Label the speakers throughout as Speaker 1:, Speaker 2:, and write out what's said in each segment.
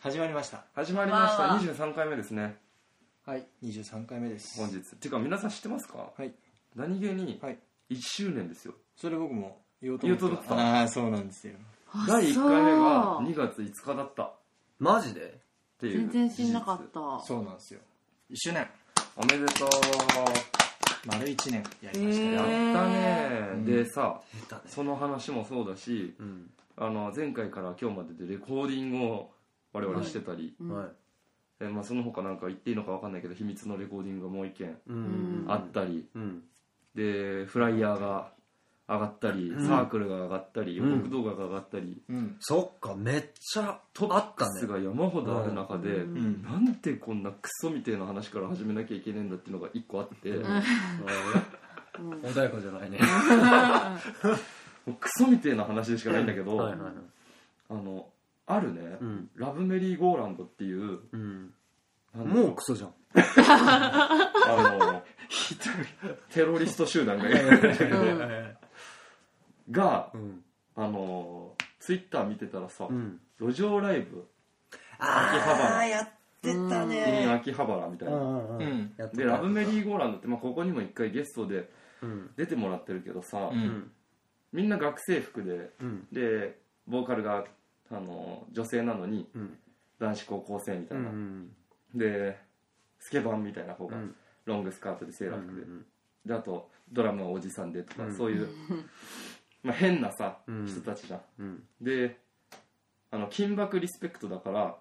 Speaker 1: 始まりました
Speaker 2: 始まりま
Speaker 3: わ
Speaker 2: し
Speaker 3: ー
Speaker 2: た
Speaker 3: わー
Speaker 2: 23回目ですね
Speaker 1: はい23回目です
Speaker 2: 本日ていうか皆さん知ってますか
Speaker 1: はい
Speaker 2: 何気に
Speaker 1: はい
Speaker 2: 1周年ですよ
Speaker 1: それ僕も言おうと思って
Speaker 2: 言おうと思ってた
Speaker 1: ああーそうなんですよ
Speaker 3: あ
Speaker 2: 第1回目が
Speaker 3: そう
Speaker 2: 2月5日だったっ
Speaker 4: マジで
Speaker 2: ていう
Speaker 3: 全然知んなかっ
Speaker 2: 事
Speaker 3: た
Speaker 1: そうなんですよ1周年
Speaker 2: 実おめでとう
Speaker 1: 丸1年やりまし
Speaker 3: へ
Speaker 1: た
Speaker 2: や
Speaker 1: よ
Speaker 2: っ
Speaker 3: ー
Speaker 2: たね
Speaker 1: うん
Speaker 2: でさ
Speaker 4: 下手ね
Speaker 2: その話もそうだし
Speaker 4: うん
Speaker 2: あの前回から今日まででレコーディングを我々してたり、
Speaker 3: うん
Speaker 4: はい
Speaker 2: えまあ、その他なんか言っていいのか分かんないけど秘密のレコーディングがもう一件
Speaker 4: うん
Speaker 2: あったり、
Speaker 4: うん
Speaker 2: でフライヤーが上がったり、
Speaker 4: うん
Speaker 2: サークルが上がったり予
Speaker 4: うん
Speaker 2: 告動画が上がったり、
Speaker 1: うん
Speaker 4: そっかめっちゃ
Speaker 2: ト
Speaker 4: あっ
Speaker 2: ッ
Speaker 4: た
Speaker 2: プス
Speaker 4: ね
Speaker 2: が山ほどある中で、
Speaker 3: うん
Speaker 1: うん
Speaker 2: なんでこんなクソみたいな話から始めなきゃいけないんだっていうのが一個あって、
Speaker 4: うん
Speaker 2: も
Speaker 3: うん
Speaker 4: 穏やかじゃないね
Speaker 2: うクソみたいな話でしかないんだけど、
Speaker 4: はいはいはい
Speaker 2: あのあるね、
Speaker 4: うん
Speaker 2: ラブメリーゴーランドっていう
Speaker 4: うん
Speaker 2: なんだろ
Speaker 4: もうクソじゃ ん
Speaker 2: あのテロリスト集団がいるが
Speaker 4: うん
Speaker 2: あのツイッター見てたらさ、
Speaker 4: うん
Speaker 2: 路上ライブ
Speaker 4: ああやってた
Speaker 2: in
Speaker 4: ね
Speaker 2: 秋葉原みたいうな、
Speaker 4: んうん
Speaker 1: うん
Speaker 4: やってた
Speaker 2: でラブメリーゴーランドって、まあ、ここにも一回ゲストで
Speaker 4: うん
Speaker 2: 出てもらってるけどさ、
Speaker 1: う
Speaker 4: うんん
Speaker 2: みんな学生服で
Speaker 4: うん
Speaker 2: でボーカルがあの女性なのに
Speaker 4: うん
Speaker 2: 男子高校生みた
Speaker 4: う
Speaker 2: いな、
Speaker 4: ん
Speaker 2: でスケバンみたいな方
Speaker 4: う
Speaker 2: が、
Speaker 4: ん
Speaker 2: ロングスカートでセーラー服で、
Speaker 4: うん
Speaker 2: であとドラムはおじさんでとか、
Speaker 4: うん
Speaker 2: そういう、まあ、変なさ、
Speaker 4: うん
Speaker 2: 人たちじゃん
Speaker 4: うん
Speaker 2: であの金箔リスペクトだから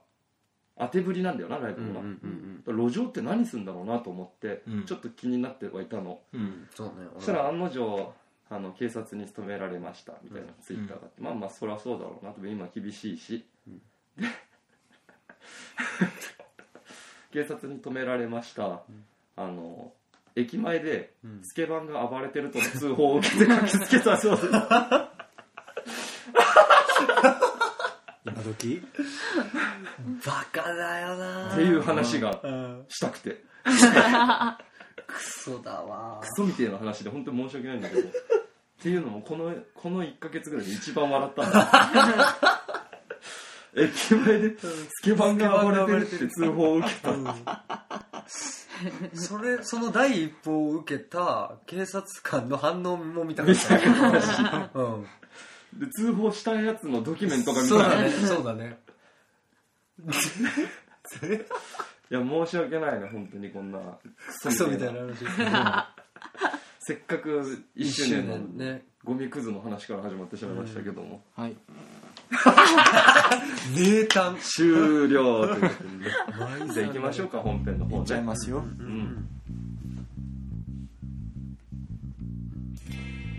Speaker 2: 当てぶりなんだよなライ
Speaker 4: う
Speaker 2: ブ
Speaker 4: ん
Speaker 2: も
Speaker 4: う
Speaker 2: な、だ
Speaker 4: んうん
Speaker 2: から路上って何するんだろうなと思って、
Speaker 1: うん
Speaker 2: ちょっと気になってはいたの
Speaker 1: う
Speaker 4: うんんそうね
Speaker 2: そしたら案の定あの警察に勤められましたみたいなツイッターがあって、まあまあそりゃそうだろうなと今厳しいし、
Speaker 4: うん
Speaker 2: で警察に止められました、
Speaker 4: ん
Speaker 2: あの駅前で
Speaker 4: うん
Speaker 2: スケバンが暴れてるとの通報を受けて駆けつけたそうです
Speaker 1: 今時
Speaker 4: バカだよな
Speaker 2: っていう話が
Speaker 4: うん
Speaker 2: したくて
Speaker 4: クソだわ
Speaker 2: クソみたいな話で本当に申し訳ないんだけどっていうのもこのこの1ヶ月ぐらいで一番笑 ったんだ駅前でスケバンが暴れてるって通報を受けた
Speaker 4: それその第一報を受けた警察官の反応も見たかったけど、うん、
Speaker 2: で通報したやつのドキュメントが見た
Speaker 4: そうだ
Speaker 2: い
Speaker 4: ねそうだね
Speaker 2: や申し訳ないね本当にこんなク
Speaker 4: クソみたいな話
Speaker 2: せっかく1周年の
Speaker 4: ね
Speaker 2: ゴミクズの話から始まってしまいましたけども、
Speaker 1: はい
Speaker 4: 名探
Speaker 2: 終了ということでねじゃあ行きましょう
Speaker 4: か
Speaker 2: か本編の方
Speaker 1: いっちゃい
Speaker 2: ね
Speaker 1: ますよ
Speaker 2: うん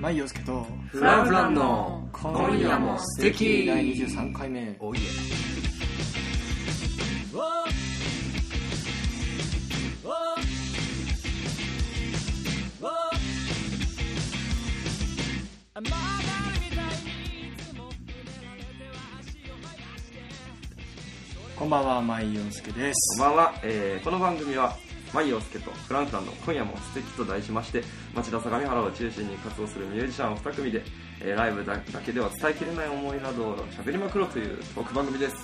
Speaker 1: 舞陽介と
Speaker 2: フランフランの
Speaker 1: 今
Speaker 2: 夜も素敵
Speaker 1: 第23回目
Speaker 4: おいえ
Speaker 1: こんばんは舞陽介で
Speaker 2: こん
Speaker 1: す
Speaker 2: ばんは、えーこの番組はマイオスケとフランさんの今夜も素敵と題しまして町田相模原を中心に活動するミュージシャンを2組で、えーライブだけでは伝えきれない思いなどを喋りまくろうというトーク番組です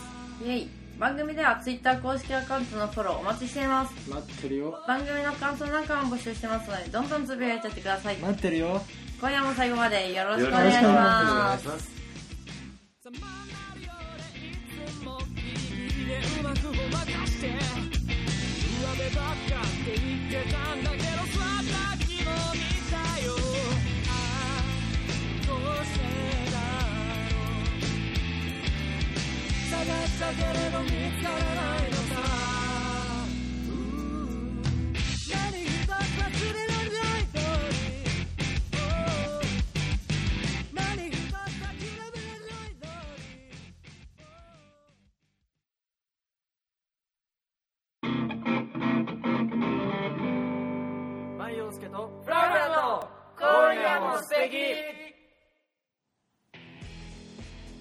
Speaker 3: イエイ番組では Twitter 公式アカウントのフォローお待ちしています
Speaker 1: 待ってるよ
Speaker 3: 番組の感想なんかも募集してますのでどんどんつぶやいちゃってください
Speaker 1: 待ってるよ
Speaker 3: 今夜も最後までよろしくお
Speaker 2: よ
Speaker 3: 願
Speaker 2: ろ
Speaker 3: い
Speaker 2: し
Speaker 3: し
Speaker 2: くお
Speaker 3: ます
Speaker 1: ます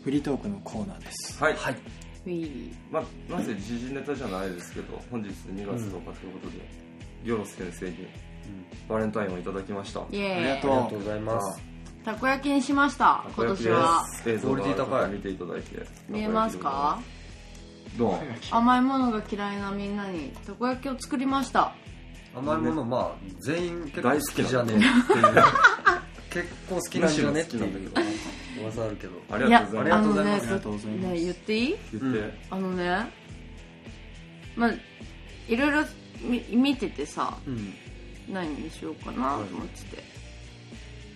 Speaker 1: フリートークのコーナーです
Speaker 2: はい、
Speaker 4: はい
Speaker 3: ウィー
Speaker 2: まあ、なぜ時事ネタじゃないですけど本日2月10日ということで、ギョロス先生にバレンタインをいただきました
Speaker 3: イ
Speaker 1: ありが
Speaker 3: エ
Speaker 1: と
Speaker 4: ありが
Speaker 1: う
Speaker 4: とうございます
Speaker 3: ーイたこ焼きにしました
Speaker 2: たこ
Speaker 3: 今
Speaker 2: 焼き
Speaker 3: 年は
Speaker 2: です映像がある
Speaker 4: ク
Speaker 2: 方
Speaker 4: オリティ高い
Speaker 2: 見ていただいて
Speaker 3: 見えますか
Speaker 2: どう
Speaker 5: 甘いものが嫌いなみんなにたこ焼きを作りました
Speaker 4: 甘いもの、まあ、全員結構
Speaker 2: 大
Speaker 4: 好
Speaker 2: 好き
Speaker 4: き
Speaker 2: な
Speaker 4: じゃ
Speaker 2: の
Speaker 4: ねえっていう。結構好きなんじゃねってい
Speaker 2: む
Speaker 4: う
Speaker 2: しろ好きなんだ
Speaker 4: 噂あるけど。
Speaker 2: ありがとうござい
Speaker 4: いや
Speaker 2: ま
Speaker 5: あ
Speaker 4: ありがとう
Speaker 5: の
Speaker 4: ござい
Speaker 5: ね
Speaker 4: ます
Speaker 1: ありがとうございます
Speaker 5: ね言ってい
Speaker 2: す。
Speaker 5: い
Speaker 2: 言って。
Speaker 5: あのねまあいろいろみ見ててさ
Speaker 4: うん。
Speaker 5: 何にしようかなと思ってて、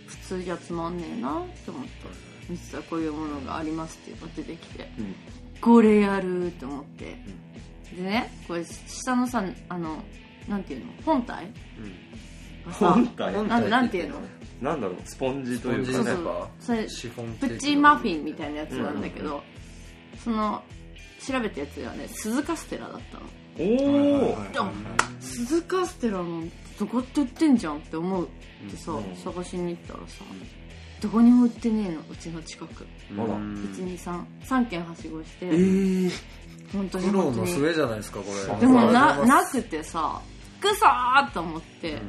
Speaker 5: 普通じゃつまんねえなと思って実はこういうものがありますっていうのが出てきて
Speaker 2: うん。
Speaker 5: これやると思って、でねこれ下のさあのなんていうの本体がさ
Speaker 2: 本体
Speaker 4: 本
Speaker 5: なんなんていうの
Speaker 2: なんだろう、スポンジという
Speaker 4: ス
Speaker 2: か
Speaker 4: ポン
Speaker 2: ね
Speaker 4: ジやっぱ
Speaker 5: それ
Speaker 4: シフォンケーキ
Speaker 5: プチマフィンみたいなやつなんだけど、その調べたやつがね鈴カステラだったの
Speaker 2: お
Speaker 1: はいはい
Speaker 2: お
Speaker 1: はい
Speaker 5: でも鈴カステラなんてどこって売ってんじゃんって思うってさ、
Speaker 2: うん
Speaker 5: 探しに行ったらさ、どこにも売ってねえのうちの近く
Speaker 2: まだ
Speaker 4: うん
Speaker 5: 123軒はしごして、
Speaker 2: ー
Speaker 5: 本当に
Speaker 4: 苦労
Speaker 5: 本当
Speaker 4: の
Speaker 5: に
Speaker 4: 末じゃないですか、これ。
Speaker 5: でも
Speaker 4: あ
Speaker 5: な
Speaker 4: りがとうございま
Speaker 5: な
Speaker 4: す
Speaker 5: くてさくそーと思って、もう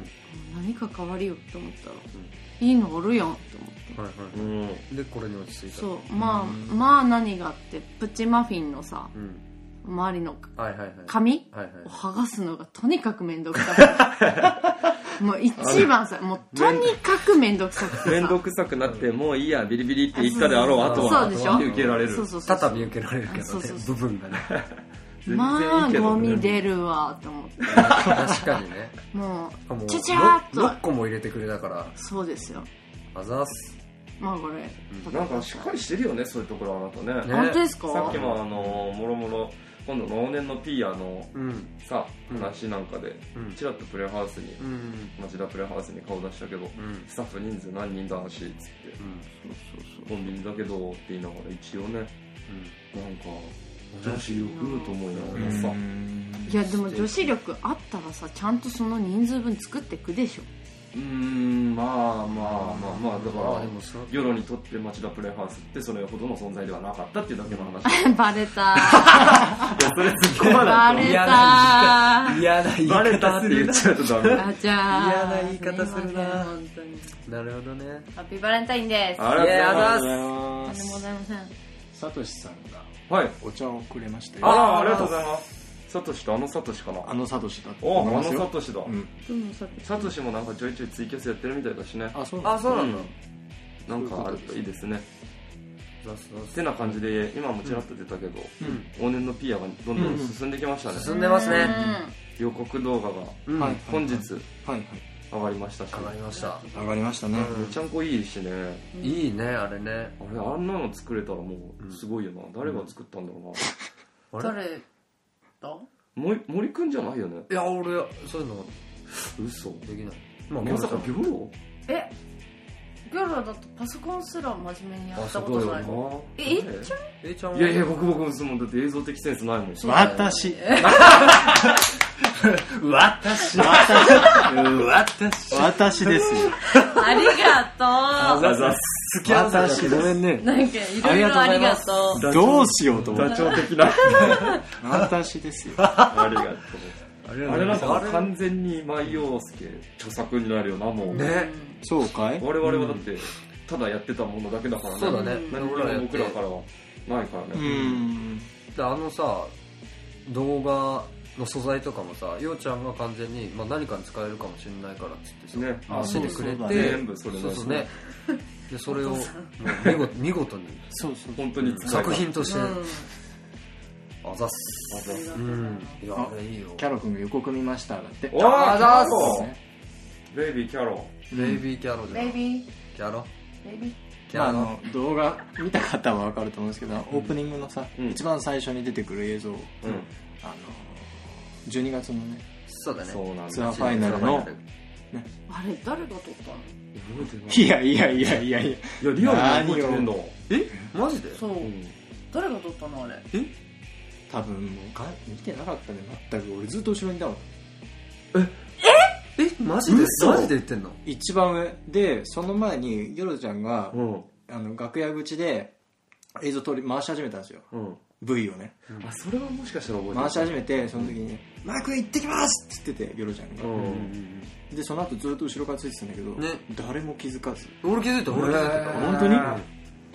Speaker 5: 何か変わりよって思ったら、いいのおるやんって思って
Speaker 4: はいは
Speaker 2: うん。
Speaker 4: い。で、これに落ち着いた。
Speaker 5: そうまあまあ何があってプチマフィンのさ
Speaker 4: うん。
Speaker 5: 周りの
Speaker 4: はいはいはい。
Speaker 5: 紙
Speaker 4: はいはい
Speaker 5: を剥がすのがとにかくめんどくさくてもう一番さもうとにかくめんどくさくてさ
Speaker 2: 面倒くさくなって、もういいや、ビリビリって言ったであろう、
Speaker 5: あ
Speaker 2: あと
Speaker 5: そう
Speaker 2: は、
Speaker 5: そう
Speaker 4: そうでしょ
Speaker 2: 受けられる。
Speaker 5: そうそうそう
Speaker 4: たび受けられるけ
Speaker 5: あそ
Speaker 4: ど
Speaker 5: う
Speaker 4: ね
Speaker 5: そうそ
Speaker 4: 部
Speaker 5: う
Speaker 4: 分がね
Speaker 2: 全然
Speaker 5: ま
Speaker 2: い
Speaker 5: あ
Speaker 2: いけど
Speaker 5: ゴ
Speaker 2: ね
Speaker 5: ミ出るわと思って
Speaker 4: 確かにね
Speaker 5: も
Speaker 4: もう
Speaker 5: うちゃちゃーっ
Speaker 4: 6
Speaker 5: と
Speaker 4: 個も入れてくれたから
Speaker 5: そうですよ
Speaker 4: あざーす
Speaker 5: まあこれ
Speaker 2: なんかしっかりしてるよね、そういうところあなたね。
Speaker 4: ね
Speaker 5: 本当です
Speaker 2: さっ
Speaker 5: か
Speaker 2: きもあの、もろもろ、今度の往年のピアの
Speaker 4: うん
Speaker 2: さ、
Speaker 4: うん
Speaker 2: 話なんかで、
Speaker 4: うん
Speaker 2: ちらっとプレハウスに、
Speaker 4: うん
Speaker 2: 町田プレハウスに顔出したけど、
Speaker 4: うん
Speaker 2: スタッフ人数何人だし、つって。
Speaker 5: そうそう
Speaker 2: コンビニだけどって言いながら一応ねなんか女子よくと思いながらさ、
Speaker 5: いやでも女子力あったらさちゃんとその人数分作ってくでしょ
Speaker 2: うーんまあまあまあまあだ
Speaker 4: まあ
Speaker 2: か
Speaker 4: で
Speaker 2: ら
Speaker 4: もそう
Speaker 2: 世論にとって町田プレイハウスってそれほどの存在ではなかったっていうだけの話
Speaker 5: バレた
Speaker 2: それ突っ込まな
Speaker 5: バ
Speaker 2: い
Speaker 5: レ
Speaker 4: 嫌
Speaker 5: た
Speaker 4: 嫌な言
Speaker 2: と
Speaker 4: い
Speaker 2: バレた
Speaker 4: 方
Speaker 2: っ
Speaker 4: す
Speaker 2: て言
Speaker 4: る
Speaker 2: っちゃうとダメだ
Speaker 5: あちゃー
Speaker 4: 嫌な言い方するな
Speaker 5: みません本当に
Speaker 4: なるほどね
Speaker 5: ハッピーバレンタインです
Speaker 2: ありがとうござい
Speaker 5: と
Speaker 2: ま
Speaker 5: ん
Speaker 2: す
Speaker 5: でもございません
Speaker 1: さとしさんが
Speaker 2: はい
Speaker 1: お茶をくれました
Speaker 2: あ
Speaker 1: よ
Speaker 2: らありがとうございますサトシとあのサトシかな
Speaker 1: あのさとしだと
Speaker 2: お
Speaker 1: 思い
Speaker 2: あの
Speaker 1: ます
Speaker 2: サ
Speaker 1: よ
Speaker 2: トシだ、
Speaker 1: うん
Speaker 5: どのさ
Speaker 2: サトシもなんかちょいちょいツイキャスやってるみたいだしね
Speaker 1: あそう
Speaker 2: だ、なんかあるといいですね
Speaker 4: ざっすざっす
Speaker 2: てな感じで今もちらっと出たけど、
Speaker 1: うん
Speaker 2: 往年のピアがどんどん進んできましたね、
Speaker 4: 進んでますね
Speaker 2: 予告動画が
Speaker 4: うん
Speaker 1: はい
Speaker 2: 本日
Speaker 1: はいはい
Speaker 2: 上がりましたし、
Speaker 4: 上がりました
Speaker 1: 上がりましたね
Speaker 4: うん
Speaker 2: めちゃんこいいしね
Speaker 4: いいねあれね
Speaker 2: あれあんなの作れたらもうすごいよな、誰が作ったんだろ
Speaker 4: あれ
Speaker 5: 誰だ
Speaker 2: うな、もい森くんじゃないよね
Speaker 4: いや俺そういうの
Speaker 2: 嘘
Speaker 4: できないまあ
Speaker 2: まさかギョロ
Speaker 5: えギョロだってパソコンすら真面目にやったことないえ
Speaker 2: え
Speaker 5: いっちゃ
Speaker 4: えいちゃんはい
Speaker 2: やいや僕僕もそのだって映像的センスないもん
Speaker 4: う
Speaker 1: 私私私私ですよ
Speaker 5: ありがとう
Speaker 2: ざざ
Speaker 4: 好きなんだ
Speaker 1: 私ごめんね
Speaker 5: なんかいろいろありがとう
Speaker 1: どうしようと思っ
Speaker 2: ダ
Speaker 1: て
Speaker 2: チョウ的な
Speaker 1: 私ですよ
Speaker 2: ありがとう
Speaker 4: あれ
Speaker 2: あれなんか
Speaker 4: あれ
Speaker 2: 完全に今陽介著作になるよなもう、
Speaker 4: ね
Speaker 1: そうかい
Speaker 2: 我々はだってただやってたものだけだからね
Speaker 4: そうだね
Speaker 2: 何も僕らからはないからね、
Speaker 1: うん
Speaker 4: であのさ動画の素材とかもさようちゃんが完全に、まあ、何かに使えるかもしれないからっつってさ、
Speaker 2: ね
Speaker 1: あ
Speaker 4: 合わせてくれ
Speaker 1: そうそうだ
Speaker 4: て
Speaker 1: ね
Speaker 2: 全部それなん
Speaker 4: そう
Speaker 2: です
Speaker 4: そ
Speaker 2: ね
Speaker 4: うねでそれを
Speaker 5: お
Speaker 4: も
Speaker 5: 父
Speaker 4: う
Speaker 5: さん
Speaker 4: 見事見事に
Speaker 1: そうそう
Speaker 2: 本当に使えた
Speaker 4: 作品として
Speaker 5: うん
Speaker 4: あざっす
Speaker 2: あざっす
Speaker 4: うんいやあれいいよ
Speaker 1: キャロ君が予告見ましただって
Speaker 2: おー
Speaker 4: あざっす
Speaker 1: ね
Speaker 2: ベイビーキャロ
Speaker 4: ベイビーキャロじゃ
Speaker 5: ベイ
Speaker 4: ん
Speaker 5: ビー
Speaker 4: キャロ
Speaker 5: ベイビー
Speaker 4: キ
Speaker 1: まあ、
Speaker 4: ャ
Speaker 1: あ
Speaker 4: ロ
Speaker 1: の動画見た方は分かると思うんですけどオープニングのさ、
Speaker 2: うん
Speaker 1: 一番最初に出てくる映像、
Speaker 2: うん
Speaker 1: あの12月のね
Speaker 4: そうだね
Speaker 2: そうなんだ
Speaker 1: ツアーファイナルの
Speaker 5: あれ誰が撮ったの
Speaker 1: いやいやいやいやいや
Speaker 2: いやリアルに覚えてねえんだ
Speaker 4: えマジで
Speaker 5: そう
Speaker 2: うん
Speaker 5: 誰が撮ったのあれ
Speaker 1: 多分もうが見てなかったね全く俺ずっと後ろにいたわ
Speaker 4: えマジで
Speaker 2: 嘘
Speaker 4: マジで言ってんの
Speaker 1: 一番上でその前にヨロちゃんが、
Speaker 2: うん
Speaker 1: あの楽屋口で映像取り回し始めたんですよ
Speaker 2: うん
Speaker 1: V をね
Speaker 2: あそれはもしかしたら覚えてる
Speaker 1: 回し始めてその時に、ね「マイク行ってきます!」っつっててヨロちゃんが、
Speaker 2: うん
Speaker 1: でその後ずっと後ろからついてたんだけど、
Speaker 4: ね
Speaker 1: 誰も気づかず
Speaker 4: 俺気づいた俺気づいた
Speaker 1: 本当に
Speaker 4: うん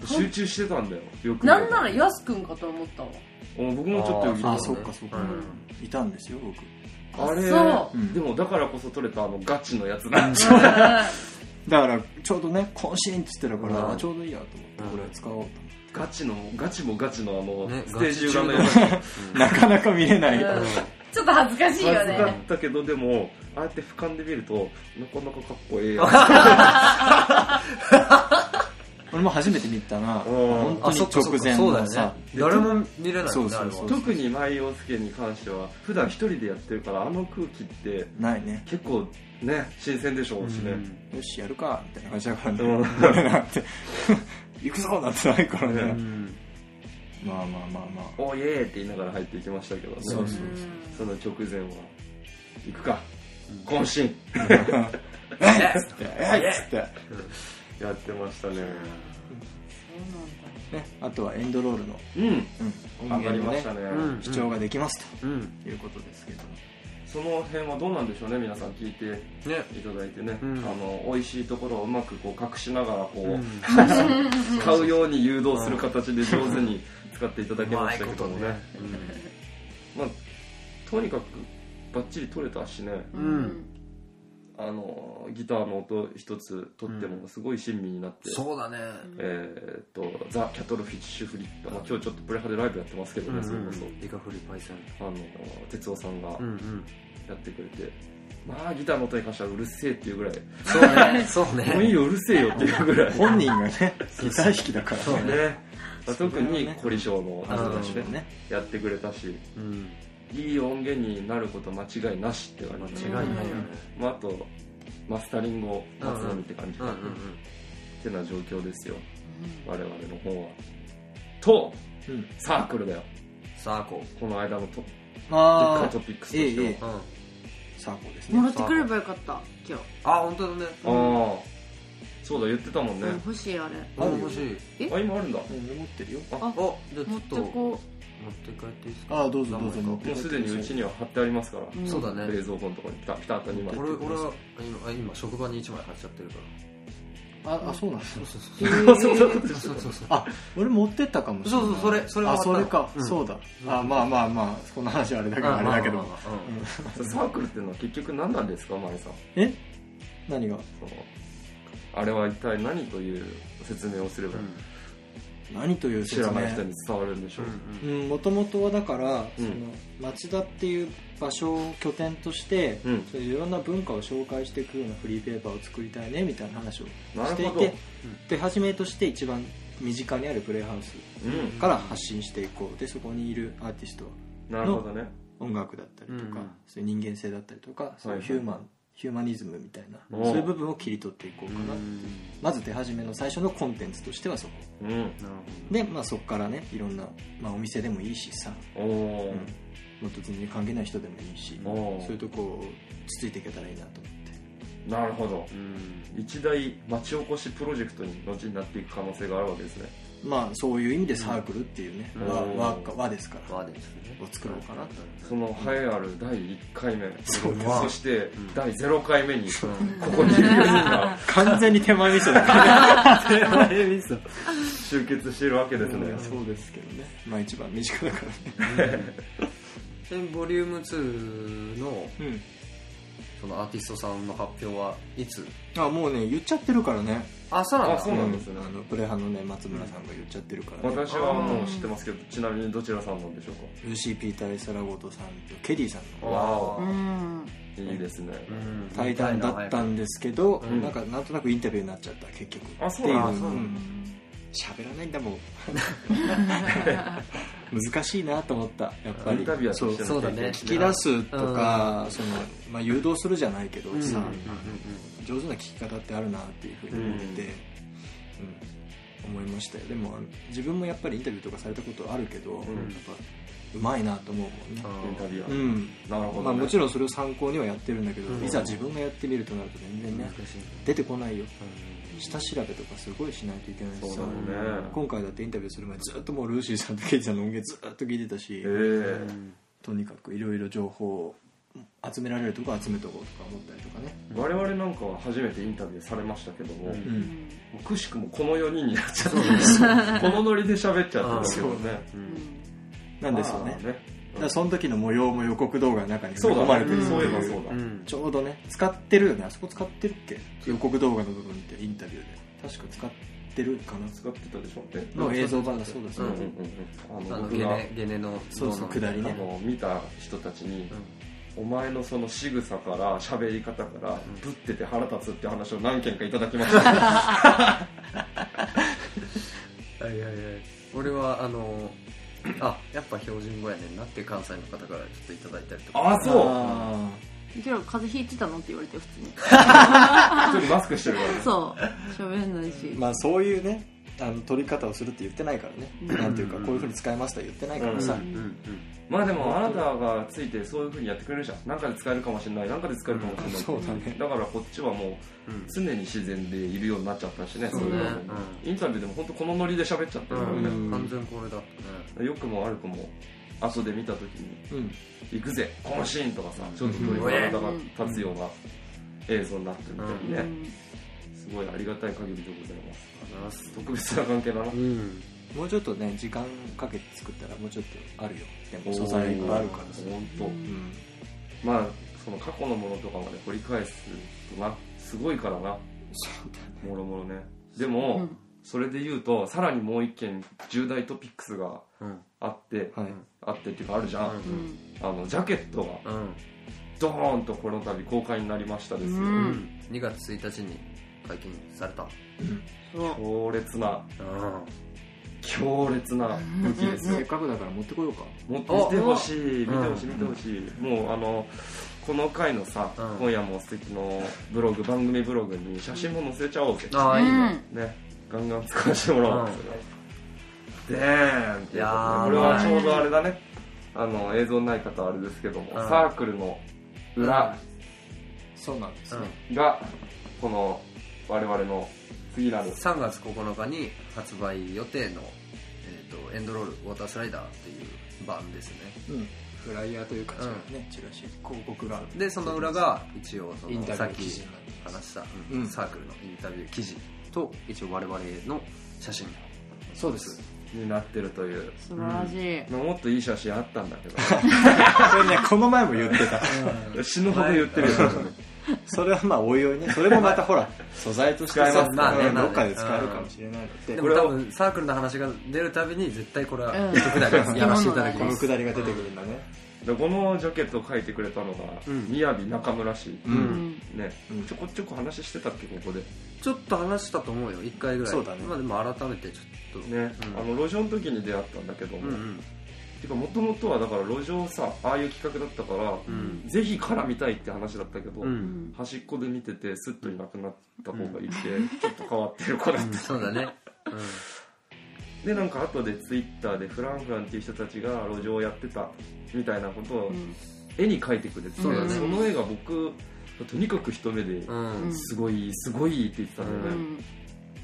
Speaker 2: 集中してたんだよよく
Speaker 3: なんならやすくんかと思ったわ
Speaker 2: お僕もちょっとよぎった
Speaker 1: あ
Speaker 2: ね
Speaker 1: そっかそっか
Speaker 4: うん
Speaker 1: いたんですよ僕
Speaker 2: あれ
Speaker 3: そ
Speaker 1: うん
Speaker 2: でもだからこそ取れたあのガチのやつだ、
Speaker 3: うは
Speaker 1: だからちょうどね渾身っつってたから、
Speaker 4: うん
Speaker 1: ちょうどいいやと思ってこれ使おうと思って、
Speaker 2: ガチのガチもガチのあの、
Speaker 4: ね
Speaker 2: ステージ裏のや
Speaker 4: ガ
Speaker 2: つ
Speaker 4: チ
Speaker 1: なかなか見れない、
Speaker 3: う
Speaker 4: うん
Speaker 3: んちょっと恥ずかしいよ
Speaker 2: 恥ずか
Speaker 3: ね
Speaker 2: ったけどでもああやって俯瞰で見るとなかなかかっこええや ん
Speaker 1: 俺も初めて見たな
Speaker 2: うん
Speaker 1: 本当
Speaker 4: あ
Speaker 1: に
Speaker 4: そっかそっ
Speaker 1: 直
Speaker 4: か
Speaker 1: 前
Speaker 4: そう
Speaker 1: の
Speaker 4: だよ
Speaker 1: さ
Speaker 4: ね誰も見れない
Speaker 1: そ
Speaker 4: もん
Speaker 1: う
Speaker 4: ね
Speaker 1: そうそう
Speaker 4: あれは
Speaker 2: 特に舞陽介に関しては普段一人でやってるからあの空気って
Speaker 1: ないね
Speaker 2: 結構ね新鮮でしょうしね、
Speaker 1: よしやるかみたいな感じだからね、
Speaker 2: うん
Speaker 1: 俺なんて 行くぞなんてないからね、
Speaker 2: う
Speaker 4: うん
Speaker 1: まあまあまあまあ
Speaker 2: おーイエーイって言いながら入っていきましたけどね
Speaker 1: そうそう
Speaker 2: その直前は行くか渾身
Speaker 1: でえいっつって、
Speaker 2: やってましたね
Speaker 1: ね、あとはエンドロールの、
Speaker 2: うん
Speaker 1: うん、
Speaker 2: 上がりましたね、
Speaker 4: うん
Speaker 1: 視聴ができます
Speaker 4: うん
Speaker 1: ということですけど、
Speaker 2: その辺はどうなんでしょうね皆さん聞いて
Speaker 4: ね
Speaker 2: いただいてね、
Speaker 4: うん
Speaker 2: あの美味しいところをうまくこう隠しながらこう、
Speaker 4: うん
Speaker 2: 買うように誘導する形で上手に使っていただ
Speaker 4: う
Speaker 2: けま
Speaker 4: ま
Speaker 2: し
Speaker 4: い
Speaker 2: たけ
Speaker 4: こ
Speaker 2: ど
Speaker 4: と
Speaker 2: ね
Speaker 4: ね
Speaker 2: まあ、とにかくバッチリ取れたしね
Speaker 3: う
Speaker 4: うん
Speaker 3: ん
Speaker 2: あのギターの音一つ取ってもすごい親身になって、
Speaker 4: そうだね
Speaker 2: えーっとザ・キャトルフィッシュフリッター、まあ、今日ちょっとプレハでライブやってますけどね、それこ
Speaker 4: リカフリパイセン
Speaker 2: そあの哲夫さんが
Speaker 4: うんうん
Speaker 2: やってくれて、まあギターの音に関してはうるせえっていうぐらい、
Speaker 4: そうねそう
Speaker 2: もういい
Speaker 4: ね
Speaker 2: ようるせえよっていうぐ らい
Speaker 1: 本人がね ギター弾きだからね
Speaker 2: ねまあ特
Speaker 1: それ
Speaker 2: に
Speaker 1: はね
Speaker 2: 凝り性の
Speaker 1: あ
Speaker 2: 人
Speaker 1: の
Speaker 2: たちでね
Speaker 1: ね
Speaker 2: やってくれたし
Speaker 4: うん
Speaker 2: いい音源になること間違いなしって感じ
Speaker 4: 違いないよね
Speaker 2: まあ、あとマスタリングを松のみって感じ
Speaker 4: う
Speaker 2: か
Speaker 4: ん
Speaker 2: な、
Speaker 4: うんうん
Speaker 2: ってな状況ですよ我々の方はと
Speaker 1: うん
Speaker 2: サークルだよ
Speaker 4: サーコ
Speaker 2: この間のトでっか
Speaker 1: あ
Speaker 2: いトピックスと
Speaker 1: ええ
Speaker 2: しては
Speaker 1: ええ
Speaker 4: うん
Speaker 1: サーコです
Speaker 3: も
Speaker 1: ね
Speaker 3: らってくればよかった今
Speaker 4: あ本当だね
Speaker 2: ああそうだ言ってたもん
Speaker 3: 日
Speaker 2: ね
Speaker 3: うん、欲しいあれ
Speaker 4: あ欲しい
Speaker 3: え
Speaker 2: あ今あるんだ
Speaker 1: うん持ってるよ
Speaker 4: あじゃあち
Speaker 3: 持
Speaker 4: ょ
Speaker 3: っ
Speaker 4: ってと持
Speaker 3: こ
Speaker 4: って帰っていいですか
Speaker 1: ああどうぞどうぞ持って
Speaker 2: もうすでにうちには貼ってありますから、
Speaker 3: う、うん、
Speaker 4: そうだね
Speaker 2: 冷蔵庫のところにピタピタっと2枚
Speaker 4: 俺俺は今あ今職場に1枚貼っちゃってるから
Speaker 1: ああそうなんだ
Speaker 4: そうそうそう
Speaker 3: へ
Speaker 2: あ そんな
Speaker 3: ー
Speaker 2: ことして
Speaker 4: そう
Speaker 2: た
Speaker 4: そうそう
Speaker 1: あ俺持ってったかもしれない
Speaker 4: そうそうそれそれは
Speaker 1: あそれか、
Speaker 4: うん
Speaker 1: そうだあまあまあまあこの話はあれだけどあれだけど
Speaker 4: まあまあまあまあ
Speaker 2: サークルってのは結局何なんですかマリさん
Speaker 1: え何が
Speaker 2: そのあれは一体何という説明をすれば
Speaker 4: うん
Speaker 1: 何という
Speaker 2: 知
Speaker 1: 説
Speaker 2: ら
Speaker 1: 明
Speaker 2: ない人に伝わるんでしょう、
Speaker 1: うんもともとはだから、
Speaker 2: うん
Speaker 1: その町田っていう場所を拠点として、
Speaker 2: うん
Speaker 1: そういういろんな文化を紹介していくようなフリーペーパーを作りたいねみたいな話を
Speaker 2: な
Speaker 1: して
Speaker 2: る
Speaker 1: い
Speaker 2: ほど
Speaker 1: て、ではじめとして一番身近にあるプレイハウス
Speaker 2: うん
Speaker 1: から発信していこうでそこにいるアーティスト
Speaker 2: なるほどね
Speaker 1: 音楽だったりとか、
Speaker 4: うん
Speaker 1: そういう人間性だったりとかそういうヒューマン、ヒューマニズムみたいな
Speaker 2: おう
Speaker 1: そういう部分を切り取っていこうかな、
Speaker 4: うん
Speaker 1: まず手始めの最初のコンテンツとしてはそこ
Speaker 2: うん
Speaker 4: なる
Speaker 1: で、まあ、そこからねいろんな、まあ、お店でもいいしさ、
Speaker 2: おおー、
Speaker 1: うんもっと全然関係ない人でもいいし
Speaker 2: おー
Speaker 1: そういうとこをつついていけたらいいなと思って
Speaker 2: なるほど
Speaker 4: ほどうん
Speaker 2: 一大町おこしプロジェクトに後になっていく可能性があるわけですね
Speaker 1: まあそういう意味でサークルっていうね、
Speaker 4: うん
Speaker 1: 和
Speaker 2: うん
Speaker 1: 和か和ですから
Speaker 4: まあですね
Speaker 1: を作ろうかなと
Speaker 2: その栄えある第1回目
Speaker 1: そうです
Speaker 2: そして
Speaker 4: ん
Speaker 2: 第0回目にこ
Speaker 4: うん
Speaker 2: こにいる人 が
Speaker 1: 完全に手前味噌だ
Speaker 2: 集結しているわけですね
Speaker 1: そうですけどねまあ一番身近だからね
Speaker 4: でボリューム2の
Speaker 1: うん
Speaker 4: そのアーティストさんの発表はいつ
Speaker 1: あもうね言っちゃってるからね
Speaker 4: あそうなんだ
Speaker 2: あそうなんですね
Speaker 1: あのプレハのね松村さんが言っちゃってるから、ね
Speaker 2: 私はもう知ってますけどちなみにどちらさんなんでしょ
Speaker 1: ルーシー・ピーター・エサラゴトさんとケリーさん
Speaker 2: うか
Speaker 1: の
Speaker 2: わ
Speaker 4: わ
Speaker 2: お
Speaker 3: うん
Speaker 2: いいですね
Speaker 4: うん
Speaker 1: 対談だったんですけど、
Speaker 2: ん
Speaker 1: なんかなんとなくインタビューになっちゃった結局
Speaker 2: あ
Speaker 1: って
Speaker 2: そう
Speaker 1: い
Speaker 2: なんだ
Speaker 1: う
Speaker 2: そうなん
Speaker 1: ん喋らないんだもん難しいなと思ったやっぱ
Speaker 2: イン
Speaker 1: り
Speaker 2: タビュアー
Speaker 1: そ
Speaker 2: と
Speaker 1: う
Speaker 2: して
Speaker 4: そうだ
Speaker 2: の
Speaker 4: ね
Speaker 1: 聞き出すとか、そのまあ、誘導するじゃないけど
Speaker 4: うん
Speaker 1: さ、
Speaker 4: うんうん
Speaker 1: 上手な聞き方ってあるなっていうふうに思って、うん思いましたよでもあの自分もやっぱりインタビューとかされたことあるけど、やっぱうまいなと思うもんね
Speaker 4: う、
Speaker 2: インタビュア
Speaker 1: う
Speaker 2: ー
Speaker 1: ん
Speaker 2: なるほ
Speaker 1: ま
Speaker 2: ど
Speaker 1: あ、
Speaker 2: ね
Speaker 1: もちろんそれを参考にはやってるんだけど、
Speaker 4: うん
Speaker 1: いざ自分がやってみるとなると全然
Speaker 4: ん
Speaker 1: ね
Speaker 4: 難、しい
Speaker 1: 出てこないよ
Speaker 4: うん
Speaker 1: 下調べとかすごいしないといけないし
Speaker 2: そう
Speaker 1: さ、
Speaker 2: だろうね
Speaker 1: 今回だってインタビューする前ずっともうルーシーさんとケイジさんの音源ずっと聞いてたし、
Speaker 2: ええ
Speaker 1: とにかくいろいろ情報を集められるとこは集めとこうとか思ったりとかね、
Speaker 2: 我々なんかは初めてインタビューされましたけども、
Speaker 4: うん
Speaker 2: も
Speaker 1: うん
Speaker 2: うくしくもこの4人になっちゃったこのノリで喋っちゃったんですけどね
Speaker 1: なんですよね、
Speaker 2: まあ
Speaker 1: だからその時の模様も予告動画の中に
Speaker 2: そ
Speaker 1: 盛
Speaker 2: う
Speaker 1: り
Speaker 2: だ、
Speaker 1: 込まれてる
Speaker 3: うん
Speaker 1: って
Speaker 2: そういえば
Speaker 1: い
Speaker 2: そううだ、
Speaker 4: うん
Speaker 1: ちょうどね使ってるよねあそこ使ってるっけ予告動画の部分ってインタビューで確か使ってるかな
Speaker 2: 使ってたでしょで
Speaker 1: の映像版だそうだそううんだ、
Speaker 2: うんうんうん
Speaker 4: あ
Speaker 2: あの
Speaker 4: の
Speaker 2: 僕
Speaker 4: ゲ
Speaker 2: が
Speaker 4: ネゲネの
Speaker 1: そうそう下り
Speaker 2: あ
Speaker 1: ね
Speaker 2: の見た人たちに、お前のその仕草から喋り方からぶってて腹立つって話を何件かいただきました
Speaker 4: はいはいはい俺はあのあやっぱ標準語やねんなっていう関西の方からちょっといただいたりとか
Speaker 2: あそう
Speaker 1: あ
Speaker 3: けど風邪ひいてたのって言われて普通に
Speaker 2: 一人マスクしてるからね
Speaker 3: そう喋んないし
Speaker 1: ーまあそういうねあの撮り方をするって言ってないからね、
Speaker 3: うん
Speaker 1: なんていうかこういう風に使いました言ってないからさ、
Speaker 3: う
Speaker 4: うんんうん
Speaker 2: まあでもあなたがついてそういう風にやってくれるじゃんなんかで使えるかもしれないなんかで使えるかもしれない、
Speaker 1: そうだね
Speaker 2: だからこっちはもう
Speaker 4: うん
Speaker 2: 常に自然でいるようになっちゃったしね
Speaker 4: そう
Speaker 3: ね
Speaker 2: れはもインタビューでも本当このノリで喋っちゃってるから
Speaker 1: う
Speaker 2: ね、
Speaker 1: ん
Speaker 4: 完全これだったね
Speaker 2: よくも悪くも後で見た時に
Speaker 1: うん
Speaker 2: 「行くぜこのシーン」とかさ
Speaker 4: うん
Speaker 2: ちょっと人に体が立つような映像になってるみた
Speaker 3: う
Speaker 2: いに
Speaker 3: ん
Speaker 2: ね、すごいありがたい限りでございます
Speaker 4: ありがとうございます
Speaker 2: 特別な関係だな
Speaker 4: うん
Speaker 1: もうちょっとね時間かけて作ったらもうちょっとあるよでも素材いっぱいあるからさ、
Speaker 2: 本
Speaker 3: う
Speaker 2: 当。
Speaker 1: うんん、
Speaker 2: まあその過去のものとかまで掘り返すとなすごいからな
Speaker 1: そうだね
Speaker 2: もろもろねでも、
Speaker 3: うん
Speaker 2: それで言うとさらにもう一件重大トピックスが
Speaker 4: うん
Speaker 2: あって
Speaker 1: はい、
Speaker 2: あってっていうかあるじゃん、
Speaker 3: うん
Speaker 2: あのジャケットが
Speaker 4: うん
Speaker 2: ドーンとこの度公開になりましたですよ、
Speaker 3: う
Speaker 4: うん
Speaker 3: ん
Speaker 4: 2月1日に解禁された
Speaker 3: そう
Speaker 2: 強烈な
Speaker 4: うん
Speaker 2: 強烈な武器ですよ
Speaker 1: せっかくだから持ってこようか
Speaker 2: もっと見てほしい見て
Speaker 4: お
Speaker 2: ほしい見てほしい、もうあのこの回のさ、
Speaker 4: うん
Speaker 2: 今夜も素敵のブログ番組ブログに写真も載せちゃおうぜ、
Speaker 4: ああいいね
Speaker 2: ねガンガン使わせてもらおうでーんっていうことで
Speaker 4: いやー
Speaker 2: これはちょうどあれだねあの映像ない方はあれですけども、
Speaker 4: うん
Speaker 2: サークルの裏
Speaker 1: そうなんですね、
Speaker 2: がこの我々の次なる
Speaker 4: 3月9日に発売予定の、えー、とエンドロールウォータースライダーっていう版ですね
Speaker 1: うんフライヤーというか違うね、チラシ広告がある
Speaker 4: でその裏が一応そ
Speaker 1: イン
Speaker 4: の
Speaker 1: タビ
Speaker 4: さ
Speaker 1: ュ
Speaker 4: っ
Speaker 1: ー
Speaker 4: き
Speaker 1: 記事になります
Speaker 4: 話した、
Speaker 1: うん
Speaker 4: サークルのインタビュー記事と一応我々の写真
Speaker 1: そうです
Speaker 2: になってるという
Speaker 3: 素晴らしい
Speaker 2: まあもっといい写真あったんだけど
Speaker 1: それねこの前も言ってた
Speaker 2: 死ぬほど言ってるよ、
Speaker 1: それはまあおいおいねそれもまたほら素材として
Speaker 2: 使えます
Speaker 1: さ
Speaker 4: まあね
Speaker 1: うん
Speaker 4: まあ
Speaker 1: ど
Speaker 4: ね
Speaker 1: っかで使えるかもしれないので
Speaker 4: で
Speaker 1: こ
Speaker 4: も
Speaker 1: れ
Speaker 4: 多分サークルの話が出るたびに絶対これは
Speaker 3: うん
Speaker 4: 一曲だけやらせていただき
Speaker 1: こ
Speaker 4: ま
Speaker 1: の
Speaker 4: す、
Speaker 1: くだりが出てくるんだね
Speaker 2: でこのジャケットを描いてくれたのが、
Speaker 4: うん
Speaker 2: みやび中村氏、
Speaker 3: う
Speaker 1: う
Speaker 3: んん
Speaker 2: ね、
Speaker 1: うん
Speaker 2: ちょこちょこ話してたっけここで
Speaker 4: ちょっと話したと思うよ1回ぐらい
Speaker 1: そうだね
Speaker 4: まあでも改めてちょっと
Speaker 2: ね、
Speaker 4: うん
Speaker 2: あの路上の時に出会ったんだけど
Speaker 4: う
Speaker 2: も、
Speaker 4: んうん
Speaker 2: てかもともとはだから路上さああいう企画だったから、
Speaker 4: うん
Speaker 2: ぜひ絡みたいって話だったけど、
Speaker 4: う
Speaker 3: うんん
Speaker 2: 端っこで見ててスッといなくなった子 がいて、ちょっと変わってる子だっ
Speaker 4: うん
Speaker 2: た、
Speaker 4: そうだね、
Speaker 2: でなんか後でツイッターでフランフランっていう人たちが路上をやってたみたいなことを
Speaker 3: うん
Speaker 2: 絵に描いてくれてて、
Speaker 4: そうだね
Speaker 2: その絵が僕とにかく一目で
Speaker 4: うんうん
Speaker 2: すごいすごいって言ってたんだ
Speaker 3: う
Speaker 2: よね、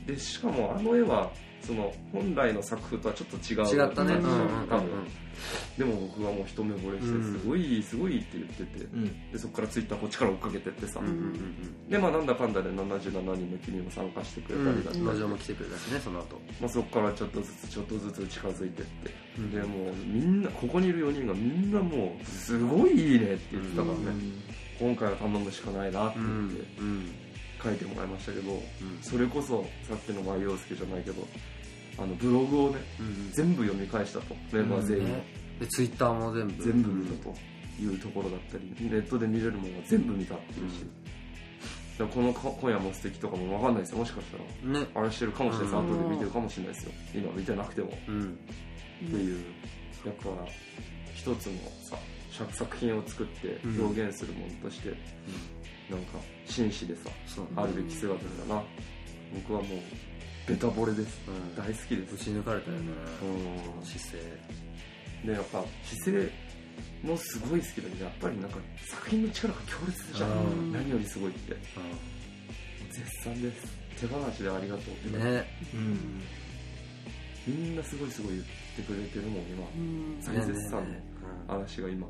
Speaker 3: ん
Speaker 2: でしかもあの絵はその本来の作風とはちょっと違う
Speaker 4: 違ったね、うん
Speaker 2: 感じでしょ
Speaker 4: うんうん
Speaker 2: 多分でも僕はもう一目惚れして
Speaker 4: うん
Speaker 2: すごいすごいって言ってて
Speaker 1: うん
Speaker 2: でそこからツイッターこっちから追っかけてってさ、
Speaker 4: うんうんうん
Speaker 2: でまあなんだかんだで77人の君も参加してくれたりだとか、
Speaker 4: 路上も来てくれたしねその後
Speaker 2: まあ、そこからちょっとずつちょっとずつ近づいてってでもうみんなここにいる4人がみんなもうすごいいいねって言ってたからね、今回は頼むしかないなって
Speaker 4: う
Speaker 2: 言
Speaker 4: ん
Speaker 2: って
Speaker 4: うん
Speaker 2: 書いてもらいましたけど、
Speaker 4: うん
Speaker 2: それこそさっきの前陽介じゃないけどあのブログをね
Speaker 4: うん
Speaker 2: 全部読み返したとメンバー全員の、
Speaker 4: ねでツイッターも全部
Speaker 2: 全部見たというところだったりネットで見れるものは全部見たっていうし、だからこのこ今夜も素敵とかも分かんないですよもしかしたら
Speaker 4: ね
Speaker 2: あれしてるかもしれないです、
Speaker 3: うん
Speaker 2: 後で見てるかもしれないですよ今見てなくてもっ
Speaker 4: うん
Speaker 3: う
Speaker 2: て
Speaker 3: ん
Speaker 2: いうだから一つのさ作作品を作って
Speaker 4: うん
Speaker 2: 表現するものとして、なんか紳士でさ
Speaker 4: そう
Speaker 2: あるべき姿だな、僕はもうベタ惚れです
Speaker 4: うん
Speaker 2: 大好きです
Speaker 4: ぶち抜かれたよねこの
Speaker 2: う
Speaker 4: 姿勢
Speaker 2: んでやっぱ姿勢もすごい好きだけどやっぱりなんか作品の力が強烈じゃん
Speaker 4: うん
Speaker 2: 何よりすごいって絶賛です手放しでありがとうって
Speaker 4: うん
Speaker 2: 感じ、
Speaker 4: ね
Speaker 1: うん
Speaker 2: みんなすごいすごい言ってくれてるもん今
Speaker 3: うん
Speaker 2: 大絶賛
Speaker 4: ねねね
Speaker 2: 嵐が今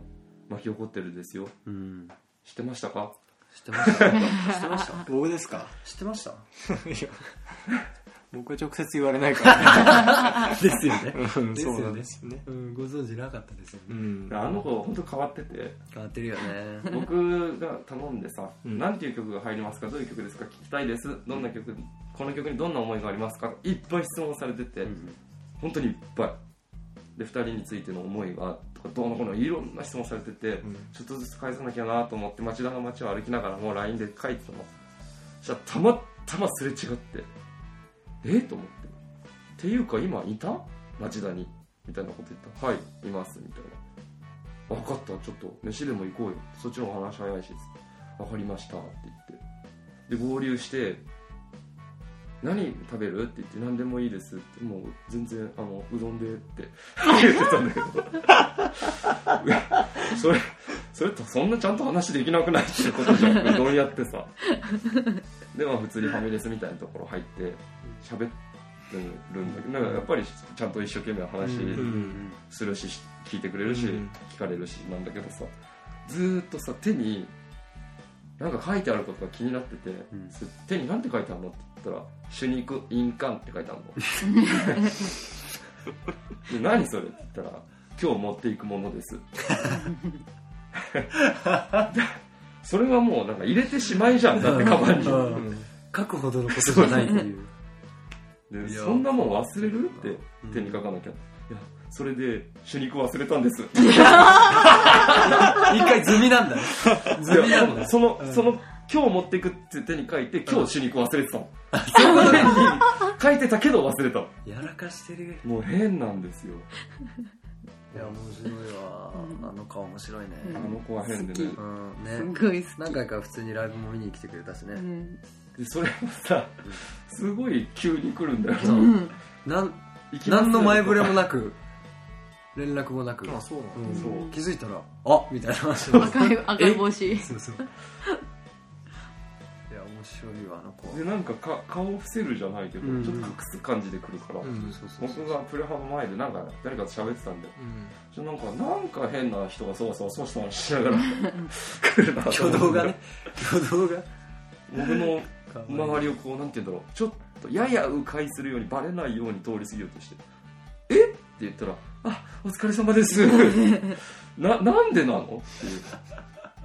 Speaker 2: 巻き起こってるですよ
Speaker 4: うん
Speaker 2: 知ってましたか
Speaker 4: 知ってました知ってました
Speaker 1: 僕ですか
Speaker 4: 知ってました
Speaker 1: いや 僕は直接言われないから、
Speaker 4: ですよね
Speaker 1: うん
Speaker 4: ですよね
Speaker 1: そうなんですよね
Speaker 4: うんご存知なかったですよ
Speaker 1: う
Speaker 4: ね
Speaker 1: ん
Speaker 2: あの子本当変わって て
Speaker 4: 変わってるよね
Speaker 2: 僕が頼んでさ「
Speaker 1: うん
Speaker 2: なんていう曲が入りますかどういう曲ですか聞きたいですどんな曲この曲にどんな思いがありますか?」いっぱい質問されてて、本当にいっぱいで2人についての思いはとかどうのこうのいろんな質問されてて、
Speaker 1: ん
Speaker 2: ちょっとずつ返さなきゃなと思って町田の街を歩きながらもう LINE で書いてたのそしたらたまたますれ違ってえと思ってっていうか今いた町田にみたいなこと言ったはいいますみたいな分かったちょっと飯でも行こうよそっちの方が話早いし分かりましたって言ってで合流して何食べるって言って何でもいいですってもう全然あのうどんでって言ってたんだけど それそれとそんなちゃんと話できなくないってことじゃんうどんやってさでまあ普通にファミレスみたいなところ入って喋ってるんだけどなんかやっぱりちゃんと一生懸命話
Speaker 1: うん
Speaker 2: するし、聞いてくれるし、
Speaker 1: うん
Speaker 2: 聞かれるしなんだけどさずーっとさ手になんか書いてあることが気になってて、
Speaker 4: ん
Speaker 2: それ手に何て書いてあるのって言ったら「主肉印鑑」って書いてあるので何それって言ったら「今日持っていくものです」それはもうなんか入れてしまいじゃんだってカ バンに
Speaker 4: うん書くほどのことじゃないっていう
Speaker 2: で
Speaker 4: いや
Speaker 2: そんなもん忘れるって
Speaker 4: うん
Speaker 2: 手に書かなきゃ、いやそれで主肉忘れたんです
Speaker 4: 一回済みなんだね
Speaker 2: い
Speaker 4: 済みな
Speaker 2: や
Speaker 4: んだ
Speaker 2: その、
Speaker 4: うん
Speaker 2: その今日持ってくって手に書いて今日主肉忘れてたの、そのために書いてたけど忘れたの
Speaker 4: やらかしてる
Speaker 2: もう変なんですよ
Speaker 4: いや面白いわあの顔面白いね
Speaker 2: あの子は変でね
Speaker 3: 好
Speaker 4: うん
Speaker 3: す
Speaker 4: ね
Speaker 3: ごい好
Speaker 4: 何回か普通にライブも見に来てくれたし
Speaker 3: きう
Speaker 4: ね
Speaker 3: ん
Speaker 2: でそれもさすごい急に来るんだよ
Speaker 4: そううんなん
Speaker 2: いきますよ
Speaker 4: 何の前触れもな く連絡もなく
Speaker 1: あそうなんだ
Speaker 4: うん
Speaker 2: そう
Speaker 4: 気づいたら「あみたいな話を
Speaker 3: 赤い赤い帽子
Speaker 4: そうそういや面白いわあの子
Speaker 2: でなんかか顔を伏せるじゃないけど、
Speaker 4: うん
Speaker 2: ちょっと隠す感じで来るから、
Speaker 1: うん
Speaker 4: そうそうそう
Speaker 2: 僕がプレハの前でなんか誰かと喋ってたんでちょなんかなんか変な人がそわそわそわそわしなが ら来るなと
Speaker 4: 挙
Speaker 2: 思って
Speaker 4: 動がね挙動が
Speaker 2: 僕の
Speaker 4: かわいい
Speaker 2: 周りをこうなんて言うんだろうちょっとやや迂回するようにバレないように通り過ぎようとして「えっ?」て言ったら「あお疲れ様です」ななんでなのっていう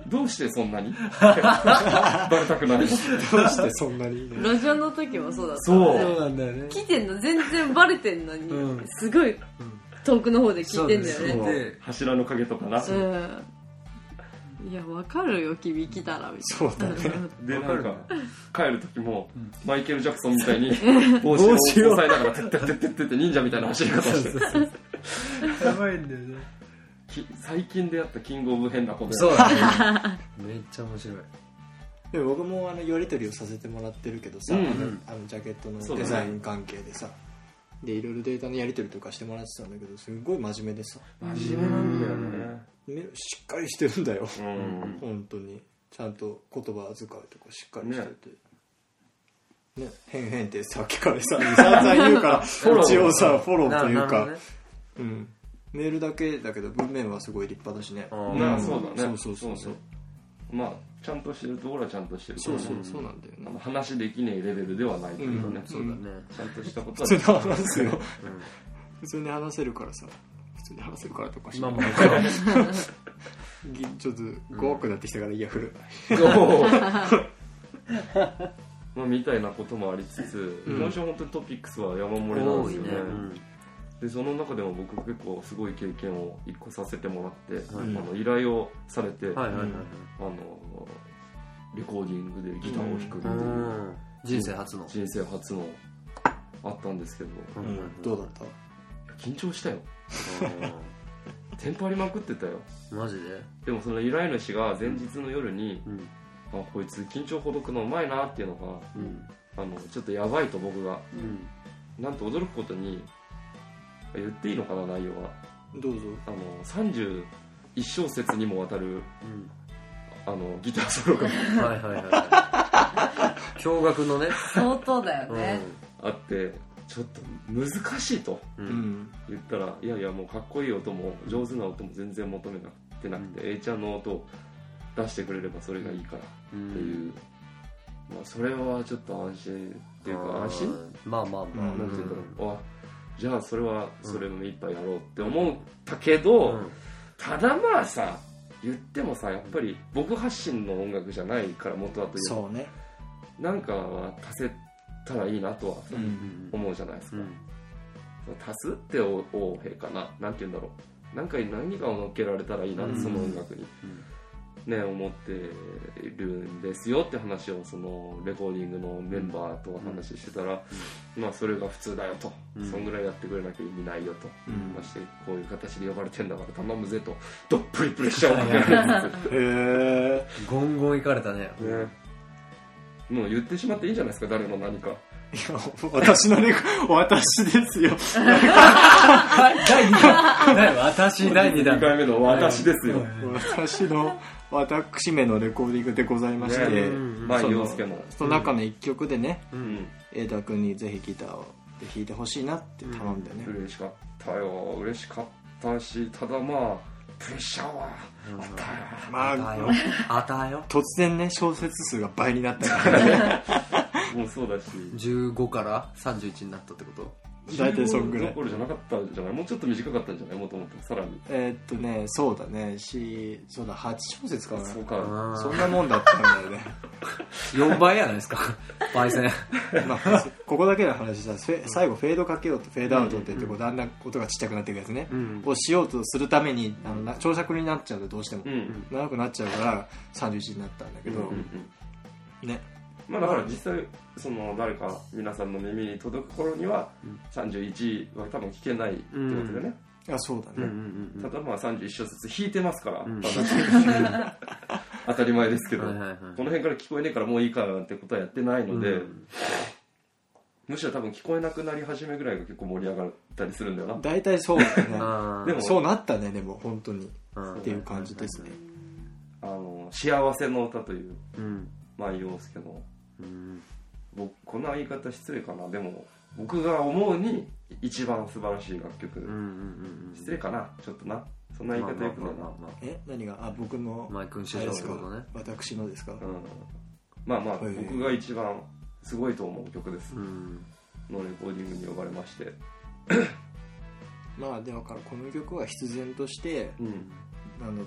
Speaker 2: どうしてそんなにバレたくない
Speaker 1: ど
Speaker 2: の
Speaker 1: うしてそんなに
Speaker 3: ラジオの時もそうだった
Speaker 2: そう
Speaker 4: そうなんだよね
Speaker 3: 聞いてんの全然バレてんのに、
Speaker 4: うん
Speaker 3: すごい遠くの方で聞いてんだよ
Speaker 4: そう
Speaker 3: ね
Speaker 4: で
Speaker 2: 柱の影とかな
Speaker 3: うんいやわかるよ君来たらみたいな
Speaker 1: そうだね
Speaker 2: で
Speaker 4: わ
Speaker 2: な
Speaker 4: か
Speaker 2: ん
Speaker 4: る
Speaker 2: か帰る時もマイケル・ジャクソンみたいに帽子を
Speaker 4: 帽子を
Speaker 2: 押さえながら「てってってってって」って忍者みたいな走り方して
Speaker 4: やばいんだよね
Speaker 2: き最近出会ったキング・オブ・変な子で
Speaker 4: そうだねめっちゃ面白い
Speaker 1: でも僕もあのやり取りをさせてもらってるけどさ、
Speaker 2: うんうん
Speaker 1: あのあのジャケットのデザイン関係でさ、でいろいろデータのやり取りとかしてもらってたんだけどすごい真面目でさ
Speaker 2: 真面目なんだよね
Speaker 1: めしっかりしてるんだよ
Speaker 2: うん
Speaker 1: 本当にちゃんと言葉遣いとかしっかりしてて。ね、変変ってさっきからさ、散々言うから、
Speaker 2: ォロー
Speaker 1: 一応さ、フォロー
Speaker 4: な
Speaker 1: という
Speaker 4: なるほ
Speaker 1: か、
Speaker 4: どね
Speaker 1: うん。メールだけだけど、文面はすごい立派だしね。
Speaker 4: あ
Speaker 1: ん
Speaker 4: ー
Speaker 2: まあそうだね
Speaker 1: そうそうそうそう
Speaker 2: ね。まあちゃんとしてるところはちゃんとしてるか
Speaker 1: そ
Speaker 2: ら
Speaker 1: う
Speaker 2: ね
Speaker 1: そう、そうなんだよ
Speaker 2: あ
Speaker 1: ね
Speaker 2: の。話できねえレベルではないけどね、
Speaker 1: うん
Speaker 2: ち
Speaker 4: そうだね
Speaker 2: ゃんとしたこと
Speaker 1: 普
Speaker 2: は
Speaker 1: 通に話すよ。
Speaker 4: うん
Speaker 1: 普通に話せるからさ。普通に話せるからとかし
Speaker 4: ま
Speaker 1: な
Speaker 4: あ
Speaker 1: い
Speaker 4: まあ
Speaker 1: ぎちょっと、怖くなってきたから、いや、振る。
Speaker 2: おー まあみたいなこともありつつ、
Speaker 1: うん
Speaker 2: 今週本当にトピックスは山盛りなん
Speaker 4: 多
Speaker 2: です
Speaker 4: い
Speaker 2: よ
Speaker 4: ね
Speaker 2: ねでその中でも僕結構すごい経験を一個させてもらって、
Speaker 1: うん
Speaker 2: あの依頼をされて、
Speaker 4: うんはいはいはいはい
Speaker 2: あのレコーディングでギターを弾くっていうう、
Speaker 4: ん人生初の
Speaker 2: 人生初のあったんですけど
Speaker 4: う
Speaker 1: うん
Speaker 4: ん
Speaker 1: どうだった
Speaker 2: 緊張したよテンパりまくってたよ
Speaker 4: うんマジで
Speaker 2: でもその依頼主が前日の夜に
Speaker 4: うん
Speaker 2: 「あこいつ緊張ほどくのうまいな」っていうの
Speaker 4: うん
Speaker 2: があのちょっとやばいと僕が
Speaker 4: うん
Speaker 2: なんと驚くことにあ言っていいのかな内容は
Speaker 1: どうぞ。
Speaker 2: あの31小節にもわたる
Speaker 4: うん
Speaker 2: あのギターソロが
Speaker 4: はいはいはい。驚愕のね。
Speaker 3: 相当だよね、
Speaker 2: あってちょっと難しいと
Speaker 4: う。
Speaker 1: うんん。
Speaker 2: 言ったらいやいやもうかっこいい音も上手な音も全然求めなくってなくて、A ちゃんの音を出してくれればそれがいいからっ
Speaker 4: うん
Speaker 2: ていう、まあ、それはちょっと安心っていうか安心
Speaker 4: まあまあまあ、
Speaker 1: う
Speaker 2: なんていうか、
Speaker 4: う
Speaker 2: あじゃあそれはそれも一杯やろうって思ったけど、
Speaker 4: うん
Speaker 2: ただまあさ言ってもさやっぱり僕発信の音楽じゃないから元はというか
Speaker 1: そうね
Speaker 2: なんかは足せたらいいなとは
Speaker 1: うん
Speaker 2: 思うじゃないですか、
Speaker 4: うん
Speaker 2: 足すって横兵かななんて言うんだろうなんか何かを乗っけられたらいいな、
Speaker 4: うん
Speaker 2: その音楽に
Speaker 4: うん
Speaker 2: ね思ってるんですよって話をそのレコーディングのメンバーとお話ししてたら、まあそれが普通だよと、
Speaker 4: うん
Speaker 2: そんぐらいやってくれなきゃ意味ないよと、
Speaker 1: うん
Speaker 2: ましてこういう形で呼ばれてんだから頼むぜとどっぷりプレッシャーをかけられて
Speaker 1: へえ
Speaker 4: ゴンゴンいかれたね
Speaker 2: ねもう言ってしまっていいんじゃないですか誰の何か
Speaker 1: いや私のレコ私ですよ
Speaker 4: 第2弾第私第2弾
Speaker 2: 2回目の私ですよ、
Speaker 1: 私の私めのレコーディングでございまして、
Speaker 2: ね
Speaker 4: うん
Speaker 2: まあ
Speaker 1: その
Speaker 2: 洋介の
Speaker 1: その中の一曲でね
Speaker 2: うん
Speaker 1: 瑛太、君にぜひギターを弾いてほしいなって頼んでね、
Speaker 2: 嬉しかったよ嬉しかったしただまあプレッシャーはあったよ
Speaker 1: ま
Speaker 4: あたよ
Speaker 1: あ
Speaker 4: あたよ
Speaker 1: 突然ね小説数が倍にな ったからね
Speaker 2: もうそうだし
Speaker 4: 15から31になったってこと
Speaker 1: 大体そんぐらい
Speaker 2: 15どころじゃなかったんじゃないもうちょっと短かったんじゃないもともとさらに
Speaker 1: えーっとねそうだねしそうだ8小節かな
Speaker 2: そう
Speaker 4: う
Speaker 2: か
Speaker 1: そ
Speaker 4: ん
Speaker 1: んなもんだったんだよね
Speaker 4: 4倍やないですか倍線
Speaker 1: まあここだけの話さフェ最後フェードかけようとフェードアウトって言ってこうだんだん音がちっちゃくなっていくやつね、
Speaker 4: うん
Speaker 1: をしようとするためにあのな長尺になっちゃうとどうしても、
Speaker 2: うんうん
Speaker 1: 長くなっちゃうから31になったんだけど、
Speaker 2: うんうん
Speaker 1: ね
Speaker 2: まあだから実際その誰か皆さんの耳に届く頃には31は多分聞けないってことでね、
Speaker 1: あそうだね、
Speaker 4: ん
Speaker 2: ただまあ31小節弾いてますから、
Speaker 4: うん
Speaker 2: 私当たり前ですけど、
Speaker 4: はいはいはい
Speaker 2: この辺から聞こえねえからもういいかなんてことはやってないので、
Speaker 4: うん
Speaker 2: むしろ多分聞こえなくなり始めぐらいが結構盛り上がったりするんだよな
Speaker 1: 大体そうだね
Speaker 4: あー
Speaker 2: でも
Speaker 1: そうなったねでも本当に
Speaker 4: うん
Speaker 1: っていう感じですね
Speaker 2: 「あの幸せの歌」という
Speaker 4: うん
Speaker 2: 舞陽介の
Speaker 4: うん
Speaker 2: 僕この言い方失礼かなでも僕が思うに一番素晴らしい楽曲、
Speaker 4: うんうんうん
Speaker 2: 失礼かなちょっとなそんな言い方よくないな、
Speaker 4: まあまあまあま
Speaker 1: え何があ僕の
Speaker 4: あマイ君
Speaker 1: あ
Speaker 4: 師
Speaker 1: れ
Speaker 4: 匠
Speaker 1: で
Speaker 4: って
Speaker 1: すか
Speaker 4: ことね
Speaker 1: 私のですか、
Speaker 2: うんまあまあ
Speaker 1: はい
Speaker 2: 僕が一番すごいと思う曲です
Speaker 4: うん
Speaker 2: のレコーディングに呼ばれまして
Speaker 1: まあでもからこの曲は必然として
Speaker 2: うん
Speaker 1: あの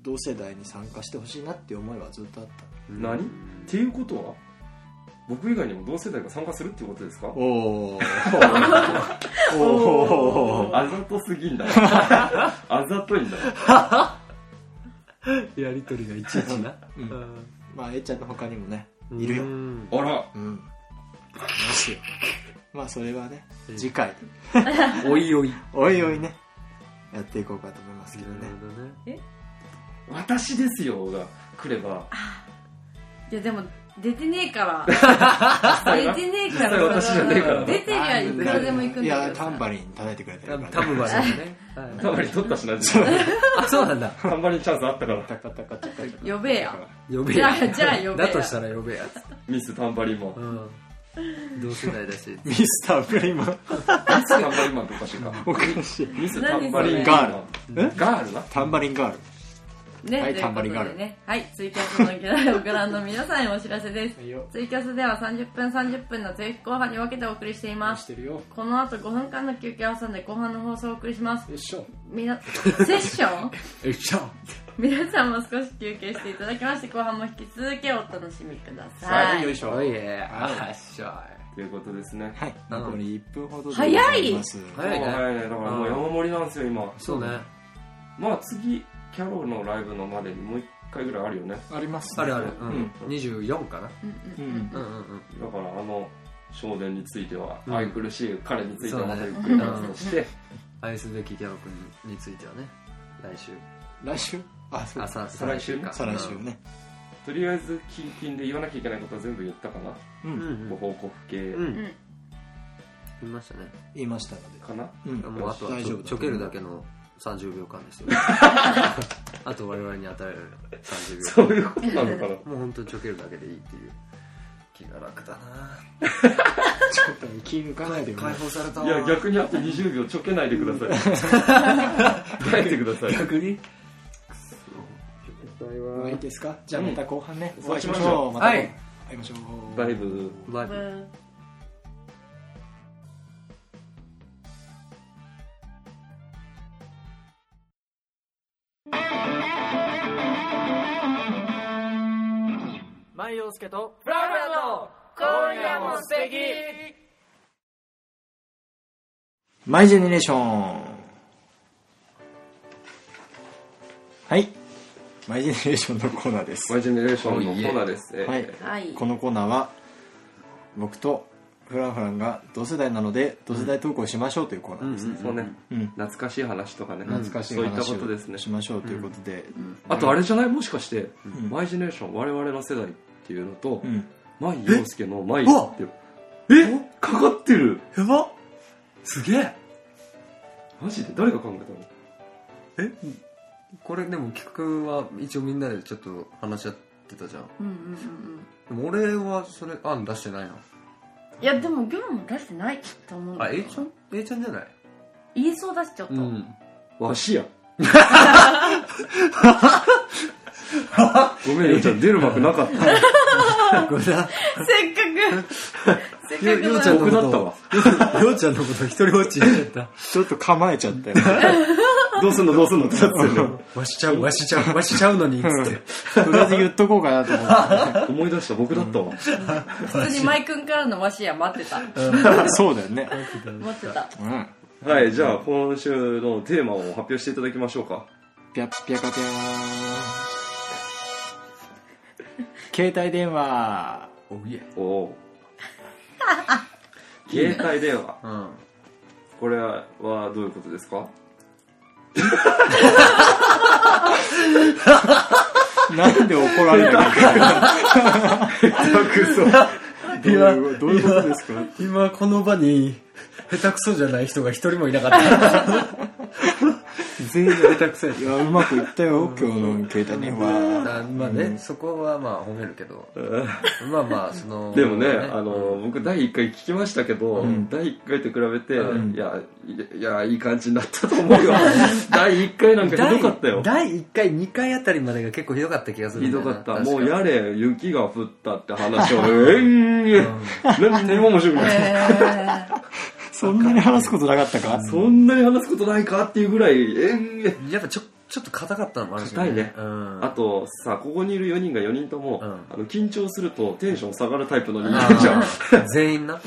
Speaker 1: 同世代に参加してほしいなっていう思いはずっとあった
Speaker 2: 何っていうことは僕以外にも同世代が参加するってことですか
Speaker 1: おおおお
Speaker 2: あざとすぎんだよあざといんだよ
Speaker 4: やりとりがいちいちな
Speaker 1: うん まあ A ちゃんの他にもね
Speaker 4: うん
Speaker 1: いるよ
Speaker 4: うん
Speaker 2: あら
Speaker 1: うんいますよまあそれはね次回
Speaker 4: おいおい
Speaker 1: おいおいねやっていこうかと思いますけどね
Speaker 4: なるほどね
Speaker 2: 私ですよが来れば
Speaker 5: いやでも出てねえから出てねえか
Speaker 2: 実
Speaker 5: ら
Speaker 2: 際私じゃねえから
Speaker 5: 出てりゃいくらでも行くん
Speaker 1: い
Speaker 5: だ
Speaker 1: や
Speaker 5: けど
Speaker 1: タ
Speaker 5: さ
Speaker 1: ンバリン叩いてくれた
Speaker 4: 多
Speaker 1: り
Speaker 4: 分
Speaker 1: とかね
Speaker 4: バレるねはい
Speaker 2: タンバリン取ったしな自分
Speaker 4: あそうなんだ
Speaker 2: タンバリンチャンスあったから
Speaker 1: タカタカタカタカ
Speaker 5: 呼べや
Speaker 4: 呼べ
Speaker 5: じゃ
Speaker 4: や
Speaker 5: あじゃあ呼べや
Speaker 4: だとしたら呼べや
Speaker 2: ミスタンバリンマン
Speaker 4: うん同世代だし
Speaker 1: ミスタープリマ
Speaker 2: ミスタンバリンマンっておかしいか
Speaker 1: おかしい
Speaker 2: ミスタンバリン
Speaker 1: 何それ
Speaker 2: ガールガールな
Speaker 1: タンバリンガール
Speaker 5: ね、
Speaker 1: はい
Speaker 5: ということで
Speaker 1: タンバリンがある
Speaker 5: ね、はい、ツイキャスのギャラリーを ご覧の皆さんへお知らせです。
Speaker 1: いいよ
Speaker 5: ツイキャスでは30分30分の前期後半に分けてお送りしています。
Speaker 1: てるよ
Speaker 5: この後5分間の休憩を挟んで後半の放送をお送りします。
Speaker 1: よいしょ
Speaker 5: みな、セッション
Speaker 4: えっしゃ
Speaker 5: 皆さんも少し休憩していただきまして、後半も引き続きお楽しみくださ
Speaker 1: はい
Speaker 5: い。
Speaker 1: よいしょ
Speaker 4: おいえ
Speaker 1: はい
Speaker 4: あっしゃ
Speaker 2: ということですね
Speaker 1: はい残り1分ほどで
Speaker 5: 早い
Speaker 1: ござます
Speaker 4: い早い
Speaker 2: もう
Speaker 4: ね
Speaker 2: 早いねだからもう山盛りなんですよ今
Speaker 4: そうね
Speaker 2: まあ次キャロのライブのまでにもう一回ぐらいあるよね
Speaker 1: あります
Speaker 4: あるあるうんん24かな
Speaker 1: う
Speaker 5: うん
Speaker 1: ん
Speaker 4: うんうん
Speaker 2: だからあの少年については
Speaker 4: うん
Speaker 2: 愛くるしい彼についてはまたゆっく
Speaker 4: う
Speaker 2: り
Speaker 4: ん
Speaker 2: 話として
Speaker 4: 愛すべきギャロ君についてはね来週
Speaker 1: 来週あそう
Speaker 4: あさ
Speaker 2: 再来週ね
Speaker 4: か
Speaker 1: 再来週ね
Speaker 2: とりあえずキンキンで言わなきゃいけないことは全部言ったかな
Speaker 1: う
Speaker 4: うんうんん
Speaker 2: ご報告系
Speaker 4: うん
Speaker 5: ん
Speaker 4: 見ましたね
Speaker 1: 言いましたので
Speaker 2: かな
Speaker 1: うん
Speaker 4: もうあとは
Speaker 1: 大
Speaker 4: ち
Speaker 1: 丈
Speaker 4: ょ
Speaker 1: 夫
Speaker 4: ちょけるだけの30秒間 ですよあと我々に与えられる30
Speaker 2: そ
Speaker 4: 秒
Speaker 2: ういうことなのかな
Speaker 4: もう本当にちょけるだけでいいっていう気が楽だな
Speaker 1: ちょっと気抜かないでよ
Speaker 4: 解放されたわ
Speaker 2: いや逆にあと20秒ちょけないでください耐えてください
Speaker 4: 逆にく
Speaker 1: 終わりですかじゃあまた後半ね、
Speaker 2: うん
Speaker 1: お会いしましょうまた
Speaker 4: はい
Speaker 1: 会いましょう
Speaker 2: バイブー
Speaker 4: バイ
Speaker 5: ブ
Speaker 4: ブ
Speaker 5: ー
Speaker 4: マイヨウスケと
Speaker 6: ブラブラの今夜も素敵
Speaker 1: マイジェネレーションはいマイジェネレーションのコーナーです
Speaker 2: マイジェネレーションのコーナーです。えー
Speaker 1: はい
Speaker 5: はい
Speaker 1: このコーナーは僕とフランフランが同世代なので同世代投稿しましょうというコーナーですね、
Speaker 2: そうね、
Speaker 1: うん
Speaker 2: 懐かしい話とかね、
Speaker 1: 懐かしい
Speaker 2: そういった
Speaker 1: 話
Speaker 2: ことですね
Speaker 1: を。しましょうということで、
Speaker 2: あとあれじゃないもしかして、
Speaker 1: ん
Speaker 2: マイジェネレーション、我々の世代っていうのと、
Speaker 1: うん
Speaker 2: マイ洋介のマイっ
Speaker 1: うわ
Speaker 2: て、えかかってる
Speaker 1: やば
Speaker 2: すげえマジで誰が考えたの
Speaker 4: これでも菊君は一応みんなでちょっと話し合ってたじゃん
Speaker 3: うんうんうん
Speaker 4: でも俺はそれ案出してないの
Speaker 5: いやでも業務も出してないと思うんだ
Speaker 4: あ
Speaker 5: けど
Speaker 4: A ちゃん A ちゃんじゃない
Speaker 5: 言いそう出しちゃった、
Speaker 2: わし や。ごめんよ、ちゃん、出る幕なかった。
Speaker 4: ごめん
Speaker 5: せ
Speaker 4: な
Speaker 5: っかくせっ
Speaker 4: りょりょう
Speaker 5: かく
Speaker 4: ちゃん
Speaker 5: の
Speaker 4: の
Speaker 2: 僕
Speaker 4: こ
Speaker 2: だ
Speaker 4: と
Speaker 2: ったわ。
Speaker 4: りょうちゃんのこと一人ぼっちにしちゃっ
Speaker 1: ちょっと構えちゃったよね
Speaker 2: どうすんの、どうすんのってなってたよね
Speaker 4: たわしちゃうわしちゃうわしちゃうのにっつって
Speaker 1: とりあえず言っとこうかなと思
Speaker 2: 思い出した、僕だったわ。
Speaker 5: 普通にマイ君からのわしや待ってた
Speaker 1: ってそうだよね、
Speaker 5: 待ってた
Speaker 1: うん、
Speaker 2: はい、じゃあ、今週のテーマを発表していただきましょうか。
Speaker 1: ぴゃっぴゃかぴゃーん携帯電話
Speaker 4: おいえ
Speaker 2: お おう携帯電話
Speaker 4: うん
Speaker 2: これはどういうことですか
Speaker 1: なんで怒られるのどういうどういうことですか
Speaker 4: 今この場に下手くそじゃない人が一人もい なかった
Speaker 1: 全員下手くせいやうまくいったよ今日の携帯電話
Speaker 4: あまあね、そこはまあ褒めるけどまあまあその
Speaker 2: でもね、あの僕第1回聞きましたけど、
Speaker 1: ん
Speaker 2: 第1回と比べて、
Speaker 4: うん
Speaker 2: いやいやいい感じになったと思う よ第1回なんかひどかったよ
Speaker 4: 第1回2回あたりまでが結構ひどかった気がする
Speaker 2: ひ
Speaker 4: んだ
Speaker 2: ど
Speaker 4: よ
Speaker 2: か
Speaker 4: な
Speaker 2: った
Speaker 4: 確に
Speaker 2: もうやれ雪が降ったって話を延々何にも面白くない、
Speaker 1: そんなに話すことなかったか
Speaker 2: そんなに話すことないかっていうぐらい延々
Speaker 4: やっぱちょちょっと硬かったのもあるし、
Speaker 2: 硬いね
Speaker 4: うん、
Speaker 2: あとさここにいる4人が4人とも、
Speaker 4: うん
Speaker 2: あの緊張するとテンション下がるタイプの人
Speaker 4: あ
Speaker 2: 間じゃん
Speaker 4: ー全員な、 う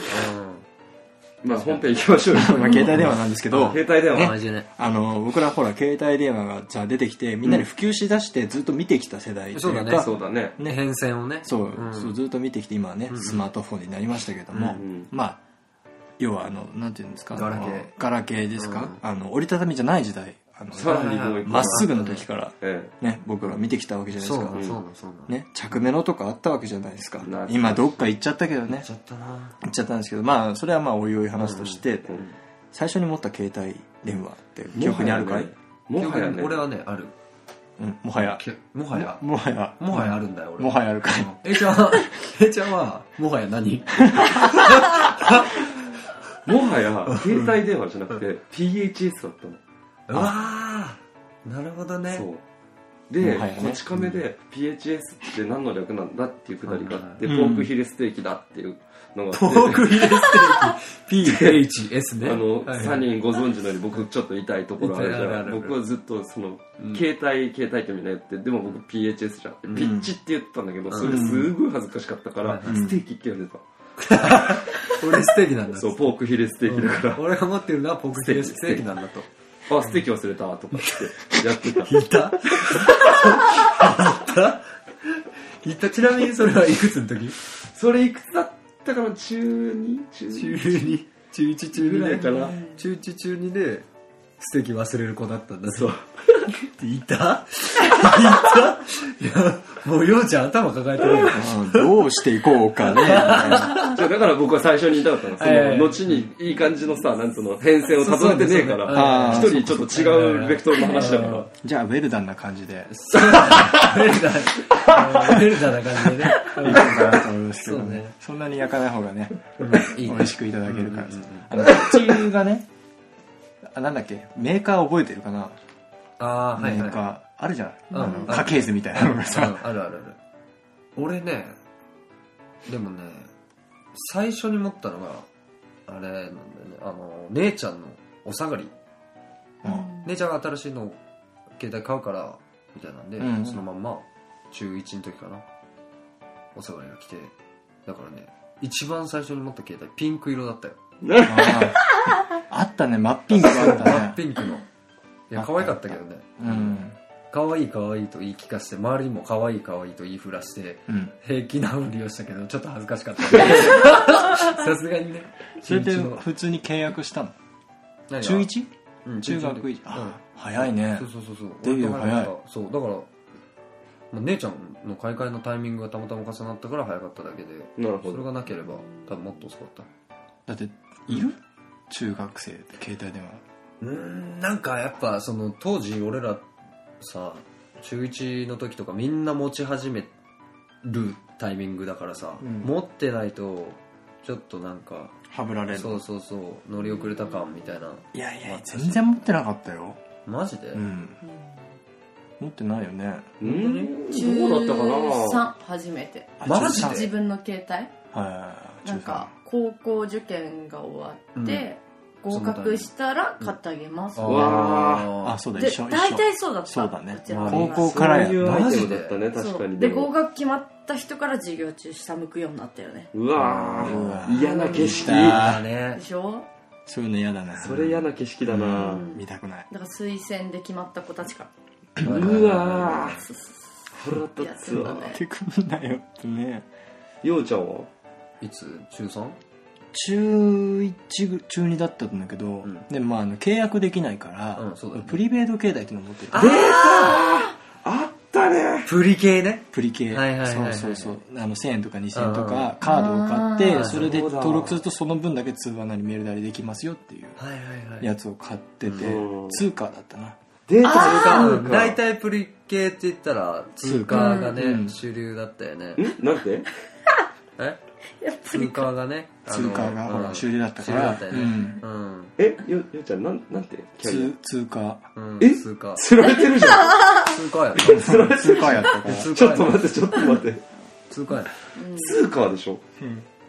Speaker 2: まあ本編行きましょう よ。
Speaker 1: まあ携帯電話なんですけど
Speaker 2: 携帯電
Speaker 4: ん、
Speaker 2: 話。
Speaker 4: マジでね
Speaker 1: あの僕らほら携帯電話がじゃあ出てきてみんなで普及しだしてずっと見てきた世代と
Speaker 4: そう
Speaker 1: い
Speaker 4: だ
Speaker 1: う
Speaker 4: ね
Speaker 1: か
Speaker 2: そうだね。
Speaker 1: ね
Speaker 4: 変遷をね
Speaker 1: そう,、
Speaker 4: ん
Speaker 1: そうずっと見てきて今はね、スマートフォンになりましたけども、
Speaker 2: うん
Speaker 1: まあ要はあのなんていうんですか
Speaker 4: ガラケー
Speaker 1: あのガラケーですか、あの折りたたみじゃない時代あの
Speaker 2: さらにもう一個
Speaker 1: まっすぐの時から、
Speaker 2: え
Speaker 1: ね、僕ら見てきたわけじゃないです
Speaker 4: そう
Speaker 1: か
Speaker 4: なのそうなのそうなの、
Speaker 1: ね、着メロとかあったわけじゃないですか
Speaker 2: な
Speaker 1: 今どっか行っちゃったけどね
Speaker 4: ちゃったな
Speaker 1: 行っちゃったんですけどまあそれはまあおいおい話として、
Speaker 2: え。
Speaker 1: 最初に持った携帯電話って記憶にあるかい
Speaker 2: もはやね。
Speaker 4: 俺はねある
Speaker 1: うんもはや
Speaker 4: もはや
Speaker 1: もはや
Speaker 4: もはやあるんだよ俺
Speaker 1: もはやあるか い
Speaker 4: えちゃんは えちゃんはもはや何
Speaker 2: もはや、携帯電話じゃなくて、PHS だったの。
Speaker 4: うわあなるほどね
Speaker 2: そう。で、
Speaker 1: もはやね
Speaker 2: こち亀で PHS って何の略なんだっていうくだりがあって、
Speaker 1: う
Speaker 2: ポ
Speaker 1: ん
Speaker 2: ークヒレステーキだっていうのが
Speaker 4: ポ
Speaker 2: あ
Speaker 4: ー
Speaker 2: って、
Speaker 4: クヒレステーキ PHS ね
Speaker 2: あの、
Speaker 4: はいはい
Speaker 2: 3人ご存知のように僕ちょっと痛いところあるじ
Speaker 4: 痛いある
Speaker 2: ゃ
Speaker 4: あ
Speaker 2: ん。
Speaker 4: る
Speaker 2: 僕はずっとその
Speaker 4: うん、
Speaker 2: 携帯、携帯ってみんな言って、でも僕 PHS じゃんって。
Speaker 4: ん
Speaker 2: ピッチって言ったんだけど、それ
Speaker 4: うん
Speaker 2: すごい恥ずかしかったから、
Speaker 4: うん
Speaker 2: ステーキって呼んでた。
Speaker 4: 俺ステーキなんだ
Speaker 2: そう、ポークヒレステーキだから。
Speaker 4: うん俺が持ってるのはポークヒレステーキなんだと
Speaker 2: あ、ステーキ忘れたとかってやってた。
Speaker 4: いたいたいたちなみにそれはいくつの時
Speaker 2: それいくつだったかな中 2? 中
Speaker 4: 中
Speaker 2: 2?
Speaker 4: 2中1中2
Speaker 2: ぐらいかな
Speaker 4: 中1中2でステーキ忘れる子だったんだ
Speaker 2: そう。
Speaker 4: いたいたいやもうようちゃん頭抱えてる よ
Speaker 1: うんどうしていこうかねみたいな
Speaker 2: じゃあだから僕は最初にいたかったの。そ
Speaker 4: ええ
Speaker 2: の、後にいい感じのさ、なんつうの、変遷をたどれてねえか
Speaker 4: そうそう
Speaker 2: ら、
Speaker 1: そ
Speaker 2: 一
Speaker 1: うそう
Speaker 2: 人ちょっと違うベクトルの話だか
Speaker 4: あ
Speaker 2: ら
Speaker 4: ー。
Speaker 1: じゃあウェルダンな感じで
Speaker 4: ベルダーベルダーな感 じでね
Speaker 1: いいかなと思いますけどね
Speaker 4: そうね
Speaker 1: そんなに焼かない方がね
Speaker 4: いい
Speaker 1: 美
Speaker 4: ね
Speaker 1: 味しくいただけるからさあのこっちがねあなんだっけメーカー覚えてるかな
Speaker 4: ああは
Speaker 1: メ
Speaker 4: いは
Speaker 1: ー
Speaker 4: い
Speaker 1: カーあるじゃない、
Speaker 4: うん
Speaker 1: あの
Speaker 4: うん
Speaker 1: 家系図みたいなのが
Speaker 4: うん、あ
Speaker 1: さ、
Speaker 4: るあるある俺ねでもね最初に持ったのがあれなんだよねあの姉ちゃんのお下がり
Speaker 1: うん
Speaker 4: 姉ちゃんが新しいの携帯買うからみたいなんで、
Speaker 1: うん
Speaker 4: そのまんま中1の時かなお下がりが来てだからね一番最初に持った携帯ピンク色だったよ
Speaker 1: あああったね真っピンクだった
Speaker 4: 真
Speaker 1: ね
Speaker 4: っピンクのいや可愛かったけどね
Speaker 1: うん
Speaker 4: 可愛い可愛いと言い聞かせて周りにも可愛い可愛いと言いふらして
Speaker 1: うん
Speaker 4: 平気なふりをしたけどちょっと恥ずかし かったさすがにね
Speaker 1: それって
Speaker 4: 中一の
Speaker 1: 普通に契約したの
Speaker 4: 何が
Speaker 1: 中 1?
Speaker 4: うん
Speaker 1: 中学1
Speaker 4: 一
Speaker 1: あ早いね
Speaker 4: そうそうそうそう
Speaker 1: デビューが早い
Speaker 4: そうだから、まあ、姉ちゃんの買い替えのタイミングがたまたま重なったから早かっただけで
Speaker 2: なるほ
Speaker 4: それ
Speaker 2: ど。
Speaker 4: がなければ多分もっと遅かった
Speaker 1: だっている中学生って携帯電話
Speaker 4: うーんなんかやっぱその当時俺らさ中1の時とかみんな持ち始めるタイミングだからさ、
Speaker 1: うん
Speaker 4: 持ってないとちょっとなんか
Speaker 1: はぶられる
Speaker 4: そうそうそう乗り遅れた感みたいない
Speaker 1: やいや全然持ってなかったよ
Speaker 4: マジで、
Speaker 1: うん持ってないよね
Speaker 2: うん、どうだったかな
Speaker 5: 13初めて
Speaker 1: あ
Speaker 4: マ
Speaker 1: 中
Speaker 4: ジ
Speaker 1: 三
Speaker 4: で
Speaker 5: 自分の携帯
Speaker 1: はい
Speaker 5: なんか高校受験が終わって、
Speaker 4: うん
Speaker 5: 合格したら買ってあげます、
Speaker 4: あー
Speaker 2: うわ
Speaker 1: あそうだ
Speaker 5: で
Speaker 1: 一緒一
Speaker 5: 大
Speaker 1: 緒
Speaker 5: 体そうだった
Speaker 1: そうだね
Speaker 5: ちらの
Speaker 1: 高
Speaker 5: クラ
Speaker 1: 校
Speaker 5: ス
Speaker 1: からや
Speaker 2: そういうア
Speaker 4: マ
Speaker 2: イテ
Speaker 4: ジ
Speaker 2: ム
Speaker 4: で
Speaker 2: だったね、確か
Speaker 5: そう
Speaker 2: に。
Speaker 5: で
Speaker 2: も
Speaker 5: 合格決まった人から授業中下向くようになったよね
Speaker 2: うわ
Speaker 1: うわ
Speaker 2: ー嫌な景色。
Speaker 1: あ
Speaker 4: だね
Speaker 5: でしょ
Speaker 1: そういうの嫌だね
Speaker 2: それ嫌な景色だな
Speaker 5: うん
Speaker 1: 見たくない
Speaker 5: だから推薦で決まった子たちか
Speaker 2: うわー
Speaker 5: そうそうそ
Speaker 2: 腹立
Speaker 5: うやっ
Speaker 2: つ
Speaker 5: てた
Speaker 2: わ。
Speaker 5: ね
Speaker 1: てくんなよってね
Speaker 2: ようちゃんはい
Speaker 4: つ中 3?
Speaker 1: 中1ぐ中2だったんだけど、
Speaker 4: うん
Speaker 1: でまああの契約できないから、
Speaker 4: うんそうだね
Speaker 1: プリペイド携帯っていうのを持ってる
Speaker 2: あったね
Speaker 4: プリ系ね
Speaker 1: プリ系、
Speaker 4: はいはいはいはい
Speaker 1: そうそうそうあの1000円とか2000円とかカードを買って、
Speaker 4: あー
Speaker 1: それで
Speaker 2: そうだ
Speaker 1: 登録するとその分だけ通話なりメールなりできますよっていう
Speaker 4: はいはいはい
Speaker 1: やつを買ってて、
Speaker 2: うん
Speaker 1: 通貨だったな
Speaker 2: データ
Speaker 4: 通貨
Speaker 2: な
Speaker 4: 大
Speaker 2: い
Speaker 4: 体プリ系って言ったら通貨がね、
Speaker 1: うん
Speaker 4: 主流だったよね、
Speaker 2: んなんて
Speaker 4: え通貨がねあ
Speaker 1: 通
Speaker 4: の
Speaker 1: 貨がほ
Speaker 4: う
Speaker 1: ら
Speaker 4: ん
Speaker 1: 主流だったから、う
Speaker 4: 主流だったよね
Speaker 1: ん、
Speaker 4: うん、
Speaker 2: えよようちゃんなんなんてキャリ
Speaker 1: 通通貨
Speaker 4: うん、
Speaker 2: え
Speaker 4: 通貨
Speaker 2: ア釣られてるじゃ
Speaker 4: 通貨や
Speaker 1: 通貨やった から
Speaker 4: な通
Speaker 2: ん
Speaker 4: 貨
Speaker 2: ちょっ
Speaker 4: や
Speaker 2: と
Speaker 4: な
Speaker 2: 待ってちょっと待って
Speaker 4: 通貨やな
Speaker 2: 通貨でしょ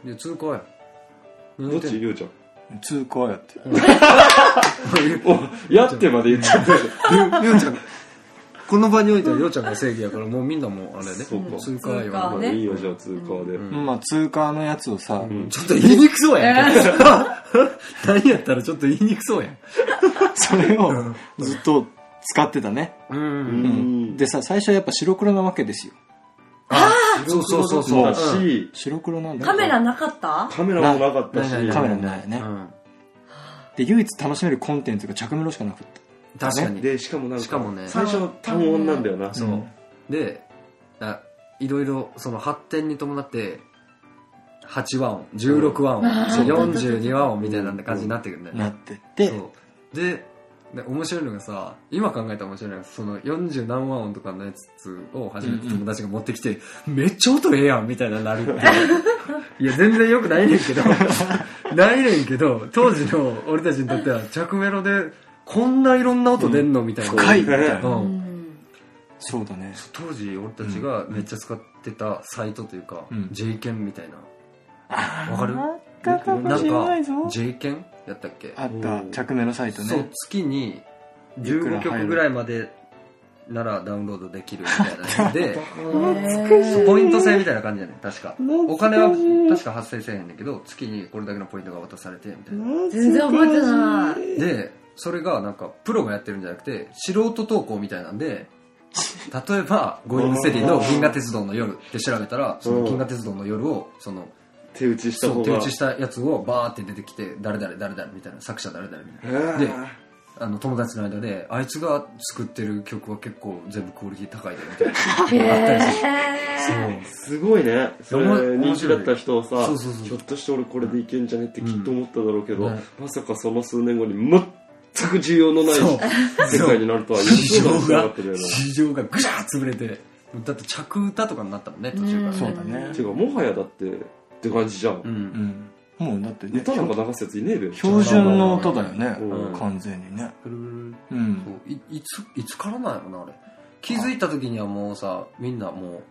Speaker 4: いや通貨や
Speaker 2: ど
Speaker 4: ど
Speaker 2: っちりょうちゃん
Speaker 1: 通貨やって
Speaker 2: おやってまで言っちゃ ったよ
Speaker 4: ようちゃんこの場においてはようちゃんが正義やからもうみんなもうあれね
Speaker 2: そうか
Speaker 4: 通貨や
Speaker 5: 通貨
Speaker 4: わ
Speaker 5: ね
Speaker 2: まあいいよじゃあ通貨で
Speaker 4: ん
Speaker 1: まあ通貨のやつをさ、
Speaker 4: ちょっと言いにくそうやん 何やったらちょっと言いにくそうやん
Speaker 1: それをずっと使ってたね、
Speaker 4: うん
Speaker 2: うん
Speaker 1: でさ最初はやっぱ白黒なわけですよ
Speaker 4: そうそうそう
Speaker 2: そ
Speaker 4: そう
Speaker 2: だ
Speaker 4: うん
Speaker 2: し
Speaker 1: 白黒なんだ
Speaker 5: カメラなかった
Speaker 2: カメラもなかったし
Speaker 4: ないない
Speaker 1: カメラないね、
Speaker 4: うん
Speaker 1: で唯一楽しめるコンテンツが着メロしかなくって
Speaker 4: 確かに
Speaker 2: でしかもなんか
Speaker 4: しかもね
Speaker 2: 最初は単音なんだよな
Speaker 1: そう
Speaker 4: であいろいろその発展に伴って8和音16和音42和音みたいな感じになってくるね、
Speaker 1: なってって
Speaker 4: そうでで面白いのがさ今考えたら面白いのがその40何和音とかのやつを初めて友達が持ってきて、めっちゃ音ええやんみたいななるっていういや全然よくないねんけど ないねんけど当時の俺たちにとっては着メロでこんないろんな音出んのみたいな、
Speaker 1: 深いみたいな
Speaker 4: うん
Speaker 5: うん
Speaker 1: そうだね
Speaker 4: 当時俺たちがめっちゃ使ってたサイトというか、
Speaker 1: うん
Speaker 4: J 犬みたいなわかる
Speaker 1: かか
Speaker 4: もしれないぞ J 犬やったっけ
Speaker 1: あった着メロサイト
Speaker 4: そう
Speaker 1: ね
Speaker 4: 月に
Speaker 1: いくら入
Speaker 4: 15
Speaker 1: る
Speaker 4: 曲ぐらいまでならダウンロードできるみたいなやつで
Speaker 5: 懐
Speaker 4: ポイント制みたいな感じだね確かお金は確か発生せえへんだけど月にこれだけのポイントが渡されてみたいな
Speaker 5: 全然覚えてない
Speaker 4: でそれがなんかプロがやってるんじゃなくて素人投稿みたいなんで例えば「ゴーイングセティの銀河鉄道の夜」って調べたらその銀河鉄道の夜をその
Speaker 2: 手打ちした
Speaker 4: そ
Speaker 2: 方
Speaker 4: う手打
Speaker 2: が
Speaker 4: ちしたやつをバーって出てきて誰々誰々みたいな作者誰々みたいなで
Speaker 2: え
Speaker 4: あの友達の間であいつが作ってる曲は結構全部クオリティ高いでみたいな
Speaker 5: へ
Speaker 2: ーすごいねそれ人
Speaker 4: 面
Speaker 2: 気
Speaker 4: 白
Speaker 2: だ
Speaker 4: い
Speaker 2: った人をさ
Speaker 4: そうそうそう
Speaker 2: ひょっとして俺これでいけんじゃねってきっと思っただろうけど
Speaker 4: うんね
Speaker 2: まさかその数年後に全く需要のない
Speaker 4: そう
Speaker 2: 世界になるとは予
Speaker 4: 市
Speaker 2: 想
Speaker 4: 場
Speaker 2: がしなか
Speaker 4: が
Speaker 2: ったけど
Speaker 4: 市場がぐしゃー潰れてだって着歌とかになったもんね途中から
Speaker 5: そ
Speaker 1: そうう
Speaker 5: だ
Speaker 1: だ
Speaker 5: ね
Speaker 1: ね
Speaker 2: ていうかもはやだってって感じじゃん、
Speaker 4: うん
Speaker 1: うんもうだってね
Speaker 2: 歌なんか流すやついねえべ
Speaker 1: 標準の音だよね
Speaker 2: うん
Speaker 1: 完全にね
Speaker 4: ブルブルブル
Speaker 1: うん
Speaker 4: そういいついつからなんやろなあれ気づいた時にはもうさみんなもう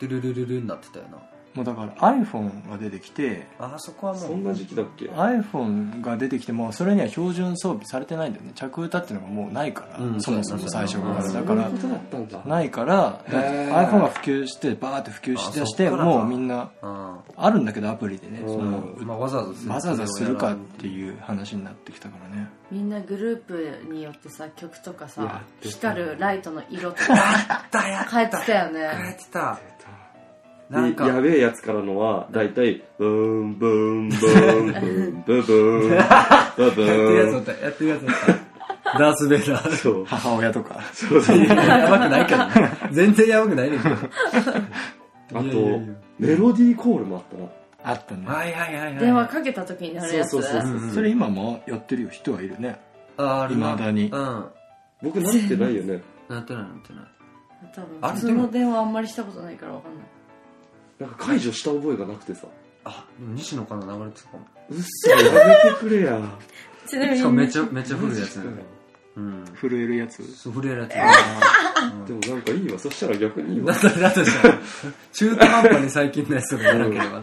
Speaker 4: ドゥルルルルになってたよな
Speaker 1: もうだから iPhone が出てきて
Speaker 4: あーそこはもう
Speaker 2: そんな時期だっけ
Speaker 1: iPhone が出てきてもそれには標準装備されてないんだよね着歌っていうのがもうないから、
Speaker 4: うん
Speaker 1: そもそも
Speaker 4: そう
Speaker 1: 最
Speaker 4: やな
Speaker 1: 初から、
Speaker 4: うん
Speaker 1: だから
Speaker 2: そういうことだったんだ
Speaker 1: ないからだって
Speaker 2: へー
Speaker 1: iPhone が普及してバーって普及しだして
Speaker 4: あそっからか
Speaker 1: もうみんな
Speaker 4: あ
Speaker 1: あるんだけどアプリでね
Speaker 2: うん
Speaker 1: その
Speaker 4: ーまあわざわざする
Speaker 1: わざわざするかっていう話になってきたからね
Speaker 5: みんなグループによってさ曲とか
Speaker 2: い
Speaker 5: さ
Speaker 2: や
Speaker 5: 光るライトの色とか
Speaker 4: だや
Speaker 5: 変えてたよ
Speaker 4: 変え
Speaker 5: ね
Speaker 4: てた
Speaker 2: で
Speaker 4: なんか
Speaker 2: やべえやつからのは大体ブーンブーンブーンブーンブーンブーンブーンブ
Speaker 4: やってるやつお
Speaker 2: ー
Speaker 4: っ
Speaker 2: ン
Speaker 4: たやってるやつお ったダース・ベイダー
Speaker 2: そう
Speaker 1: 母親とか
Speaker 2: そうそう
Speaker 4: やばくない けどね全然やばくない ねんけど
Speaker 2: あと
Speaker 4: いやいやいや
Speaker 2: メロディーコールもあ
Speaker 1: あ
Speaker 2: ったな
Speaker 1: ったね
Speaker 4: はいはいはいはい
Speaker 5: 電話かけた時になるやつ
Speaker 2: そうそうそう
Speaker 4: うん
Speaker 1: それ今もやってるよ人はいるね
Speaker 4: あーあるな
Speaker 1: 未だに
Speaker 4: うん
Speaker 2: 僕なってないよね
Speaker 4: なってないなってない
Speaker 5: 多分
Speaker 4: あれ
Speaker 5: その電話あんまりしたことないからわかんない
Speaker 2: なんか解除した覚えがなくてさ
Speaker 4: あでも西野から流れてたかも
Speaker 2: うっそやめてくれや
Speaker 5: ちなみ
Speaker 4: しかも
Speaker 5: に
Speaker 4: めっちゃめっちゃ古いやつねうん
Speaker 1: 震えるやつ
Speaker 4: そう震えるやつ
Speaker 2: でもなんかいいわそしたら逆にいい
Speaker 4: だ
Speaker 2: わ
Speaker 4: ってだってさ中途半端に最近のやつとかやらなければ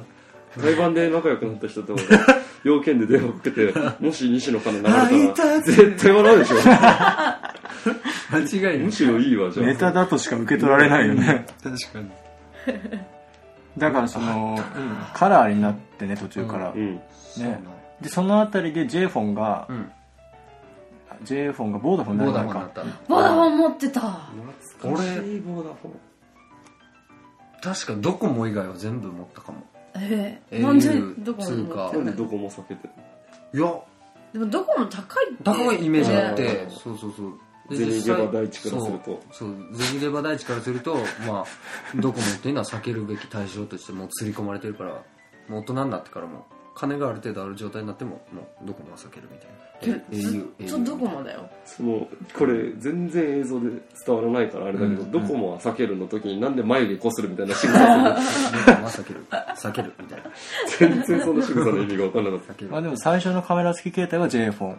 Speaker 2: 台湾で仲良くなった人と 要件で電話かけてもし西野カナ流れ
Speaker 4: あ
Speaker 2: た
Speaker 4: いた
Speaker 2: ら絶対笑うでしょ
Speaker 4: 間違いな
Speaker 2: む
Speaker 4: い
Speaker 2: しろいいわじゃあ
Speaker 1: ネタだとしか受け取られないよね
Speaker 4: 確かに
Speaker 1: だからその、カラーになってね途中から、
Speaker 2: うん
Speaker 1: ねでそのあたりで J フォンが、
Speaker 4: うん
Speaker 1: J フォンがボーダフォンに
Speaker 4: ボ
Speaker 1: な
Speaker 4: ーダ
Speaker 1: るの
Speaker 4: ーに
Speaker 1: か
Speaker 4: なった
Speaker 5: ボダフォン持ってた
Speaker 2: 懐かしいボーダフォン
Speaker 4: 確かドコモ以外は全部持ったかも
Speaker 5: ええ
Speaker 4: au
Speaker 5: なんでどこも
Speaker 4: 通貨
Speaker 5: 持って
Speaker 2: なん
Speaker 5: ん
Speaker 2: で
Speaker 5: だ
Speaker 2: どこも避けて
Speaker 4: いや
Speaker 5: でもどこも高いって
Speaker 4: 高いイメージあ
Speaker 2: ね
Speaker 4: ってそうそうそうで
Speaker 2: ゼニゲバ第一
Speaker 4: 実
Speaker 2: か
Speaker 4: 際
Speaker 2: らすると
Speaker 4: そうそうゼニゲバ大地からするとまあドコモっていうのは避けるべき対象としてもう刷り込まれてるからもう大人になってからも金がある程度ある状態になってももうドコモは避けるみたいな
Speaker 5: でずっとどこもだよ
Speaker 2: そのこれ全然映像で伝わらないからあれだけど、
Speaker 4: うん
Speaker 2: どこもは避けるの時になんで眉毛こするみたいな仕草す
Speaker 4: ドコモは避ける避けるみたいな
Speaker 2: る全然その仕草の意味が分からなかった
Speaker 4: 避ける
Speaker 1: まあでも最初のカメラ付き携帯は J フォン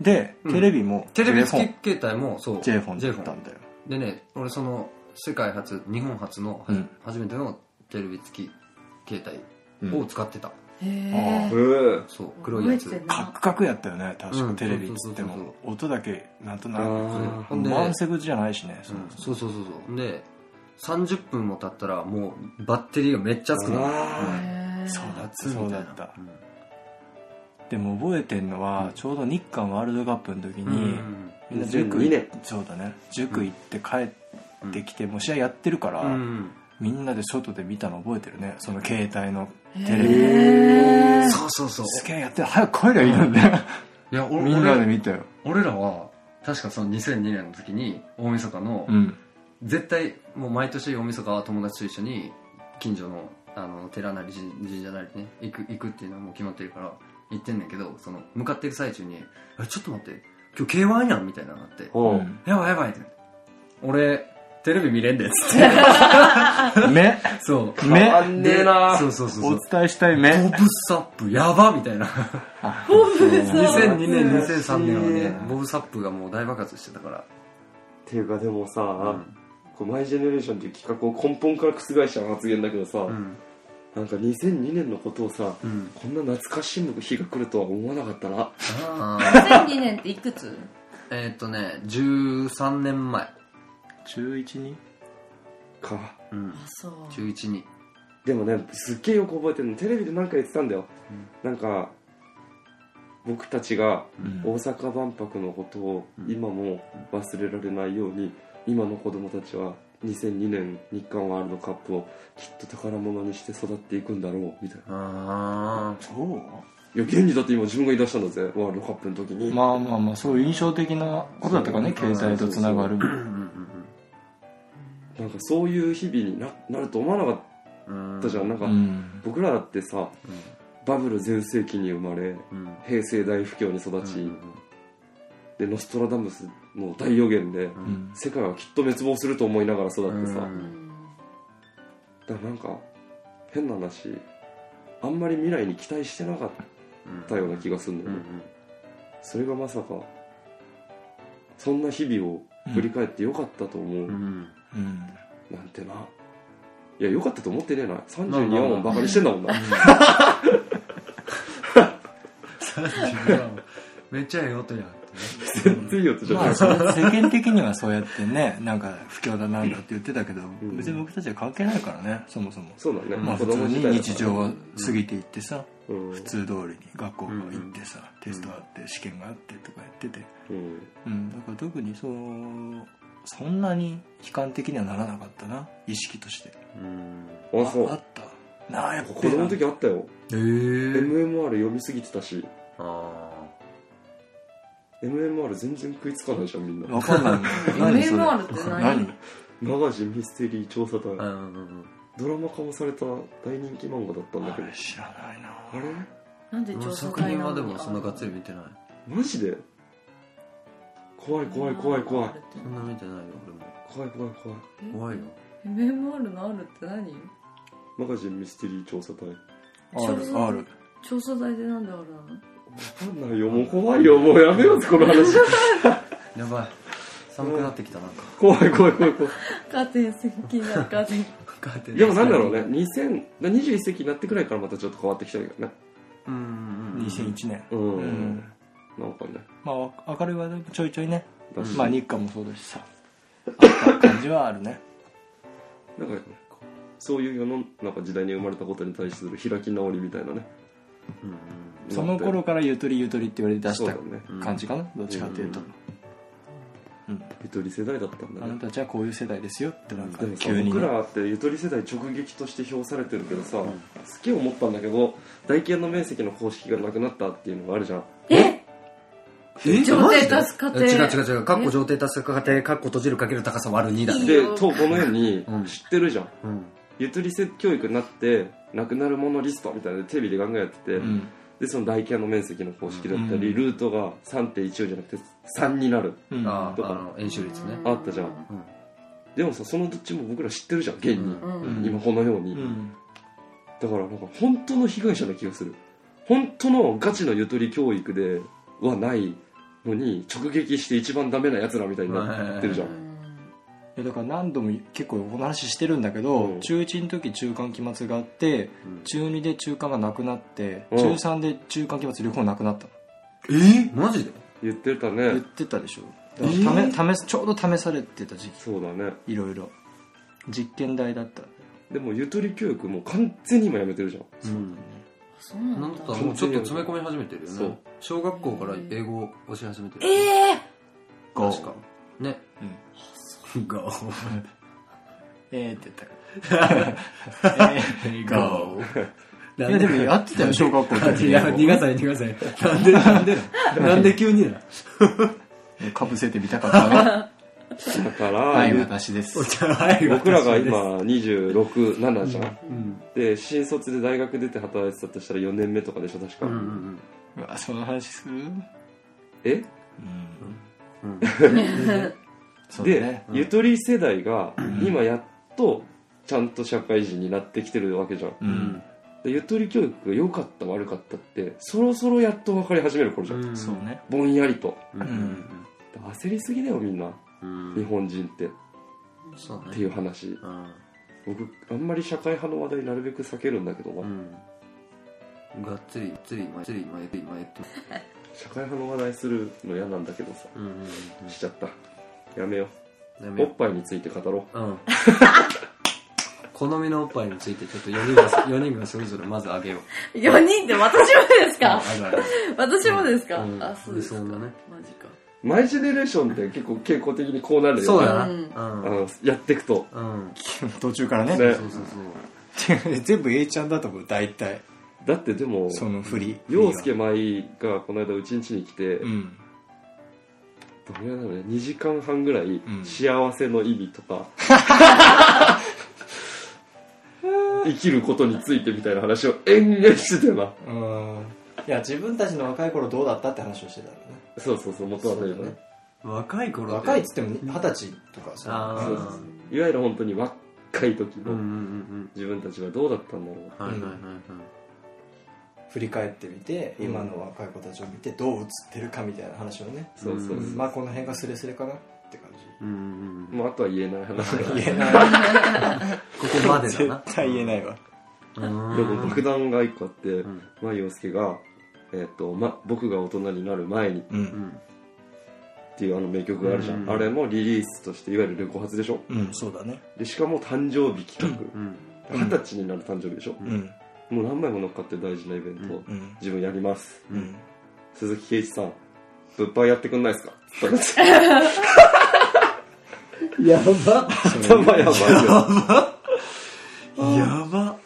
Speaker 1: でテレビも J
Speaker 4: テ
Speaker 1: フォン、
Speaker 4: レビ付き携帯もそう
Speaker 1: J フォン
Speaker 4: J
Speaker 1: だっ
Speaker 4: フォ
Speaker 1: た
Speaker 4: ン
Speaker 1: んだよ
Speaker 4: でね俺その世界初日本初の、
Speaker 1: うん
Speaker 4: 初めてのテレビ付き携
Speaker 1: う
Speaker 4: 帯
Speaker 1: ん
Speaker 4: を使ってた、
Speaker 5: へえ
Speaker 2: へ
Speaker 4: そう黒い
Speaker 5: 覚え
Speaker 4: や
Speaker 5: て
Speaker 4: つ
Speaker 5: てん
Speaker 1: カ
Speaker 5: な
Speaker 1: クカクやったよね確
Speaker 4: う
Speaker 1: か
Speaker 4: ん
Speaker 1: テレビっつって
Speaker 4: そうそう
Speaker 1: も音だけなんとな
Speaker 2: あー
Speaker 1: く満席じゃないしねそう
Speaker 4: うんそうそうそうそうで30分も経ったらもうバッテリーがめっちゃ熱くなる
Speaker 2: あ
Speaker 5: へえ
Speaker 1: そうだった
Speaker 4: 熱いみた
Speaker 1: そ
Speaker 4: いう
Speaker 1: だ
Speaker 4: な
Speaker 1: った
Speaker 4: うん
Speaker 1: でも覚えてんのはちょうど日韓ワールドカップの時にみんな塾
Speaker 2: 2002年
Speaker 1: そうだね塾行って帰ってきてもう試合やってるから、
Speaker 4: うん
Speaker 1: みんなで外で見たの覚えてるねその携帯のテレビ、
Speaker 5: へえ
Speaker 4: そうそうそう
Speaker 1: すげえやってる早く帰りゃいいのにね
Speaker 4: いや俺
Speaker 1: みんなで
Speaker 4: 俺
Speaker 1: 見たよ、
Speaker 4: 俺らは確かその2002年の時に大晦日の、
Speaker 1: うん、
Speaker 4: 絶対もう毎年大晦日は友達と一緒に近所のあの寺なり神神社なりね行く行くっていうのはもう決まってるから行ってんねんけどその向かってる最中に「あちょっと待って今日 k 1やん」みたいなのがあって
Speaker 2: う
Speaker 1: うんん
Speaker 4: 「やばいやばい」って「俺テレビ見れんで」っつって
Speaker 1: 目
Speaker 4: そう
Speaker 1: 目
Speaker 2: あんねえな
Speaker 4: そうそうそうそ
Speaker 1: お
Speaker 4: う
Speaker 1: 伝えしたい
Speaker 4: ボ
Speaker 1: 目
Speaker 4: ブサップやばみたいな2002年2003年はねボブサップがもう大爆発してたから
Speaker 2: っていうかでもさ、
Speaker 4: ん
Speaker 2: こうマイジェネレーションっていう企画を根本から覆した発言だけどさ、
Speaker 4: うん
Speaker 2: なんか2002年のことをさ、
Speaker 4: うん
Speaker 2: こんな懐かしむ日が来るとは思わなかったな
Speaker 4: あー
Speaker 5: 2002年っていくつ
Speaker 4: えーっとね13年前
Speaker 1: 中1に
Speaker 2: か
Speaker 4: うん
Speaker 5: あそう
Speaker 4: 中1に
Speaker 2: でもねすっげえよく覚えてるのテレビでなんか言ってたんだよ、なんか僕たちが
Speaker 1: ん
Speaker 2: 大阪万博のことを今も忘れられないように今の子供たちは2002年日韓ワールドカップをきっと宝物にして育っていくんだろうみたいな
Speaker 4: あ
Speaker 1: そう
Speaker 2: いや現にだって今自分が言い出したんだぜワールドカップの時に、
Speaker 1: まあまあまあそういう印象的なことだったかね
Speaker 2: そう
Speaker 1: 携帯とつながる
Speaker 4: あうんうん
Speaker 2: なんかそういう日々にななると思わなか
Speaker 4: うんう
Speaker 2: ったじゃん、なん
Speaker 1: う
Speaker 2: か
Speaker 1: ん
Speaker 2: 僕らだってさバブル全盛期に生まれ
Speaker 4: うん
Speaker 2: 平成大不況に育ち、
Speaker 4: う
Speaker 2: でノストラダムスの大予言で、
Speaker 1: うんん
Speaker 2: 世界はきっと滅亡すると思いながら育ってさ、
Speaker 4: う
Speaker 2: だ
Speaker 4: ん
Speaker 2: からなんか変な話あんまり未来に期待してなかったような気がするんだ
Speaker 4: う
Speaker 2: よ
Speaker 4: ん
Speaker 2: ね、それがまさかそんな日々を振り返ってよかったと思う、
Speaker 4: うん。
Speaker 1: うん
Speaker 2: なんてないやよかったと思ってねえな32話もバカにしてんだもんな、
Speaker 4: めっちゃええ音やんってね。
Speaker 2: 全然いいよってじゃ
Speaker 1: ま
Speaker 2: な
Speaker 1: あ、
Speaker 2: い
Speaker 1: それ世間的にはそうやってね、なんか不況だなんだって言ってたけど、
Speaker 2: ん
Speaker 1: 別に僕たちは関係ないからね、そもそも。
Speaker 2: そうだね、
Speaker 1: まあ、普通に日常は過ぎていってさ、
Speaker 2: うん
Speaker 1: 普通通りに学校行ってさ、テストあって、試験があってとかやってて。
Speaker 2: うん
Speaker 1: うん、だから特にそう、そんなに悲観的にはならなかったな、意識として。
Speaker 4: うん。
Speaker 2: あそ
Speaker 1: あ
Speaker 2: う
Speaker 1: った。なあ、やっぱ
Speaker 2: 子供の時あったよ
Speaker 4: えー。
Speaker 2: MMR 読みすぎてたし
Speaker 4: あ
Speaker 2: MMR 全然食いつかないじゃんみんな
Speaker 1: わかん ないね。何それ
Speaker 5: MMR って何
Speaker 1: 何
Speaker 2: マガジンミステリー調査
Speaker 4: あ。
Speaker 2: 団
Speaker 4: うんうん
Speaker 2: ドラマ化もされた大人気漫画だったんだ
Speaker 1: あ
Speaker 2: けど
Speaker 1: れ知らないな
Speaker 2: あれ
Speaker 5: なんで
Speaker 4: うん。
Speaker 5: 調
Speaker 4: 俺
Speaker 5: 査
Speaker 4: 作
Speaker 5: 会
Speaker 4: 品
Speaker 5: な
Speaker 4: は
Speaker 5: の
Speaker 4: で
Speaker 5: に
Speaker 4: もそんながっつり見てない。
Speaker 2: マジで怖い怖い怖い怖い
Speaker 4: そんな見てないよ、俺も。
Speaker 2: 怖い怖い怖い
Speaker 4: 怖いよ。
Speaker 5: MMR のあるって何
Speaker 2: マガジンミステリー調査隊わ
Speaker 1: ?R、R。
Speaker 5: 調査隊でなんであるなの
Speaker 2: かんないよもう怖いよもうやめようぜこの話
Speaker 4: やばい。寒くなってきた、なんか。
Speaker 2: 怖い怖い怖い怖い
Speaker 5: カーテン気になるカーテン
Speaker 2: でもなんだろうね。2000 21世紀になってくらいからまたちょっと変わってきたよね
Speaker 4: うんうんうん。
Speaker 1: 2001年。
Speaker 2: うん、
Speaker 1: うん
Speaker 2: なんかね
Speaker 1: まあ明るい話題もちょいちょいね、
Speaker 2: だし、
Speaker 1: まあ日韓もそうだしさあった感じはあ るね
Speaker 2: なんかそういう世の中時代に生まれたことに対する開き直りみたいなね
Speaker 4: うんうん
Speaker 1: その頃からゆとりゆとりって言われて出し
Speaker 2: そう
Speaker 1: た
Speaker 2: だね
Speaker 1: 感じかな、どっちかっていうと、
Speaker 4: うん
Speaker 1: うん
Speaker 2: ゆとり世代だったんだ
Speaker 1: あな
Speaker 2: ね
Speaker 1: たたちはこういう世代ですよってなんか
Speaker 2: でもさ
Speaker 1: 急に
Speaker 2: 僕
Speaker 1: ね
Speaker 2: らってゆとり世代直撃として評されてるけどさ、すげえ思ったんだけど大形の面積の公式がなくなったっていうのがあるじゃん
Speaker 5: え
Speaker 4: え
Speaker 5: 上帝足す過程
Speaker 4: え違う違う違う。かっこ上帝足す過程、かっこ閉じるかける高さ割る2だね。
Speaker 2: でとこのように
Speaker 4: うん
Speaker 2: 知ってるじゃん
Speaker 4: うん。
Speaker 2: ゆとり世教育になってなくなるものリストみたいなのでテレビでガンガンやってて、
Speaker 1: うん
Speaker 2: でその大形の面積の公式だったり、
Speaker 1: うん
Speaker 2: ルートが3.14じゃなくて3になる
Speaker 1: うん
Speaker 4: あ
Speaker 2: と
Speaker 4: あ、
Speaker 2: か
Speaker 4: あの、演習率ね。
Speaker 2: あったじゃん
Speaker 4: うん。
Speaker 2: でもさそのどっちも僕ら知ってるじゃん現に、
Speaker 1: うん
Speaker 5: うん
Speaker 1: うん
Speaker 2: 今このように、
Speaker 1: うん
Speaker 2: だからなんか本当の被害者な気がする本当のガチのゆとり教育ではないのに直撃して一番ダメなやつらみたいになってるじゃん、
Speaker 1: いやだから何度も結構この話してるんだけど、
Speaker 2: うん
Speaker 1: 中1の時中間期末があって、
Speaker 4: うん
Speaker 1: 中2で中間がなくなって、
Speaker 2: うん
Speaker 1: 中3で中間期末両方なくなったの
Speaker 4: えマジで
Speaker 2: 言ってた
Speaker 1: 言っ
Speaker 2: ね
Speaker 1: てたでしょだから試、試すちょうど試されてた時期
Speaker 2: そうだね
Speaker 1: いろいろ実験台だった
Speaker 2: でもゆとり教育もう完全に今やめてるじゃん
Speaker 4: うん。
Speaker 5: そうな
Speaker 4: な
Speaker 5: ん
Speaker 4: んだ
Speaker 5: だ
Speaker 4: ったらもうちょっと詰め込み始めてるよ
Speaker 2: そ
Speaker 4: ね
Speaker 2: う。
Speaker 4: 小学校から英語を教え始めてる。
Speaker 5: ええ
Speaker 4: 確か。ね。
Speaker 1: うん
Speaker 4: ガオ。
Speaker 1: えーって言ったらえーいやでもやってたよ小学校の時
Speaker 4: いや、逃がさい逃がさい。なんで、なんで、なんで急にだ。
Speaker 1: かぶせてみたかったな
Speaker 2: だから、
Speaker 1: はい私です
Speaker 4: 早い
Speaker 2: 僕らが今267じゃん、
Speaker 4: うん。
Speaker 2: で新卒で大学出て働いてたとしたら4年目とかでしょ確か、
Speaker 4: うんうん
Speaker 1: うわその話する
Speaker 2: え
Speaker 4: うん。
Speaker 1: そうだ
Speaker 2: で、
Speaker 1: ね
Speaker 2: ゆとり世代が今やっとちゃんと社会人になってきてるわけじゃん、
Speaker 1: う
Speaker 4: うんん。
Speaker 2: でゆとり教育が良かった悪かったってそろそろやっと分かり始める頃じゃん、
Speaker 4: うん
Speaker 1: そうね
Speaker 2: ぼんやりと
Speaker 4: うんうん
Speaker 2: で焦りすぎだよみんな
Speaker 4: うん。
Speaker 2: 日本人って、
Speaker 4: そうね。
Speaker 2: っていう話
Speaker 4: うん。
Speaker 2: 僕あんまり社会派の話題なるべく避けるんだけどな、
Speaker 4: うん。がっつり、つり、まつり、まつり、まって。
Speaker 2: 社会派の話題するの嫌なんだけどさ
Speaker 4: うんうん
Speaker 2: しちゃったやめよ
Speaker 4: うん。や
Speaker 2: う
Speaker 4: め
Speaker 2: お
Speaker 4: よ
Speaker 2: っぱいについて語ろ
Speaker 4: う。うん。好みのおっぱいについてちょっと4人が、4人がそれぞれまずあげよう。
Speaker 5: 4人って私もです
Speaker 4: あ
Speaker 5: か
Speaker 4: るある。
Speaker 5: 私もですか、
Speaker 4: うん
Speaker 5: あそうですか
Speaker 4: 理想のね
Speaker 5: マジか
Speaker 2: うマイジェネレーションって結構傾向的にこうなるよね
Speaker 4: そうだな。
Speaker 5: う
Speaker 4: うん
Speaker 2: あ
Speaker 4: ん。
Speaker 2: のやっていくと
Speaker 4: うん。
Speaker 1: 途中からね
Speaker 2: ね
Speaker 4: そうそうそ う。
Speaker 1: 全部 A ちゃんだと思う大体
Speaker 2: だってでも
Speaker 1: その振り
Speaker 2: 陽介舞がこの間うちんちに来て、
Speaker 1: うん
Speaker 2: どれぐらいだろうね2時間半ぐらい
Speaker 1: ん
Speaker 2: 幸せの意味とか、生きることについてみたいな話を 延々してたな
Speaker 1: うんいや自分たちの若い頃どうだったって話をしてたよね
Speaker 2: そうそうそう元はというかね
Speaker 4: 若い頃
Speaker 1: 若いっ
Speaker 4: つ
Speaker 1: つっても二十歳とか
Speaker 4: あ
Speaker 1: さ
Speaker 4: ー
Speaker 2: そうそうそういわゆる本当に若い時
Speaker 4: うんうん
Speaker 2: の自分たちはどうだったんだろう
Speaker 4: うんうん。はいはいはいはい。
Speaker 1: 振り返ってみて今の若い子たちを見てどう映ってるかみたいな話をね
Speaker 2: そうそうそう
Speaker 1: まあこの辺がスレスレかなって感じ
Speaker 4: うんうんうん
Speaker 2: もうあとは言えない話だ
Speaker 1: 言えない
Speaker 4: ここまでだな
Speaker 1: 絶対言えないわ
Speaker 4: うん
Speaker 2: でも爆弾が一個あって、
Speaker 4: ん
Speaker 2: まあ、洋介が、えっとま、僕が大人になる前にっ
Speaker 1: う
Speaker 4: うんん
Speaker 2: ていうあの名曲があるじゃん、
Speaker 4: うん
Speaker 2: あれのリリースとしていわゆるレコ発でしょ
Speaker 1: うんそうだね
Speaker 2: でしかも誕生日企
Speaker 4: うん
Speaker 2: 画二十、歳になる誕生日でしょ、
Speaker 1: うん
Speaker 2: もう何枚も乗っかってる大事なイベント、
Speaker 1: うん
Speaker 2: 自分やります
Speaker 1: うん
Speaker 2: 鈴木圭一さん物販やってくんないですかって言った
Speaker 4: やば
Speaker 2: ら頭やばいよ
Speaker 4: やば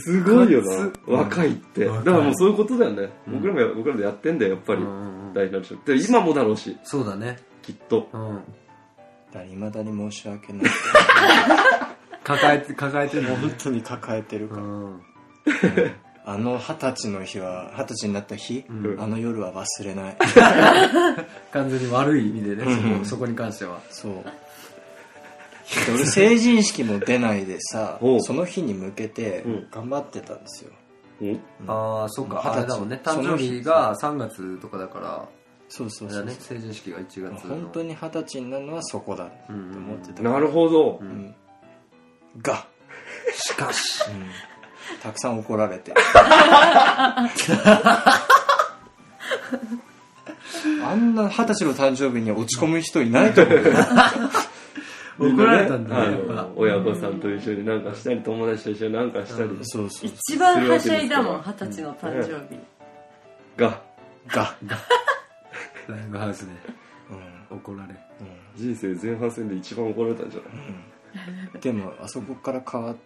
Speaker 2: すごいよな
Speaker 4: うん
Speaker 2: 若いってだ
Speaker 4: 若
Speaker 2: か
Speaker 4: い
Speaker 2: らもうそういうことだよね、
Speaker 4: うん
Speaker 2: 僕らもや僕らでやってんだよやっぱり、
Speaker 4: うん
Speaker 2: 大事なんでしょで今もだろうし
Speaker 4: そうだね
Speaker 2: きっと
Speaker 4: うん
Speaker 1: だいまだに申し訳ない
Speaker 4: 抱えて抱えてる
Speaker 1: もう本当に抱えてる
Speaker 4: う
Speaker 1: から、
Speaker 4: ん
Speaker 1: あの二十歳の日は二十歳になった日、
Speaker 4: うん
Speaker 1: あの夜は忘れない
Speaker 4: 完全に悪い意味でね
Speaker 1: うん
Speaker 4: そこそこに関しては
Speaker 1: そうだって俺成人式も出ないでさ
Speaker 2: おう
Speaker 1: その日に向けて
Speaker 2: うん
Speaker 1: 頑張ってたんですよ、
Speaker 2: うん
Speaker 1: うん
Speaker 4: ああそっか
Speaker 1: 二十歳
Speaker 4: あれだもんね誕生日が3月とかだから
Speaker 1: そうそ
Speaker 4: あ
Speaker 1: うそ
Speaker 4: れだ
Speaker 1: う
Speaker 4: ね成人式が1月の
Speaker 1: 本当に二十歳になるのはそこだって
Speaker 4: うん
Speaker 1: 思ってた
Speaker 2: なるほど、
Speaker 1: う
Speaker 4: うん
Speaker 1: んが、
Speaker 4: しかし
Speaker 1: うんたくさん怒られてあんな二十歳の誕生日に落ち込む人いないと思うよ
Speaker 4: 怒られたんだね
Speaker 2: みなね
Speaker 4: や
Speaker 2: あ
Speaker 4: っ
Speaker 2: の親御さんと一緒になんかしたり友達と一緒になんかしたり
Speaker 1: そうそう
Speaker 5: 一番はしゃいだもん二十歳の誕生日
Speaker 2: が
Speaker 1: が、
Speaker 4: ライブハウスで
Speaker 1: うん
Speaker 4: 怒られ
Speaker 2: 人生前半戦で一番怒られたんじゃない
Speaker 1: うん、でもあそこから変わっ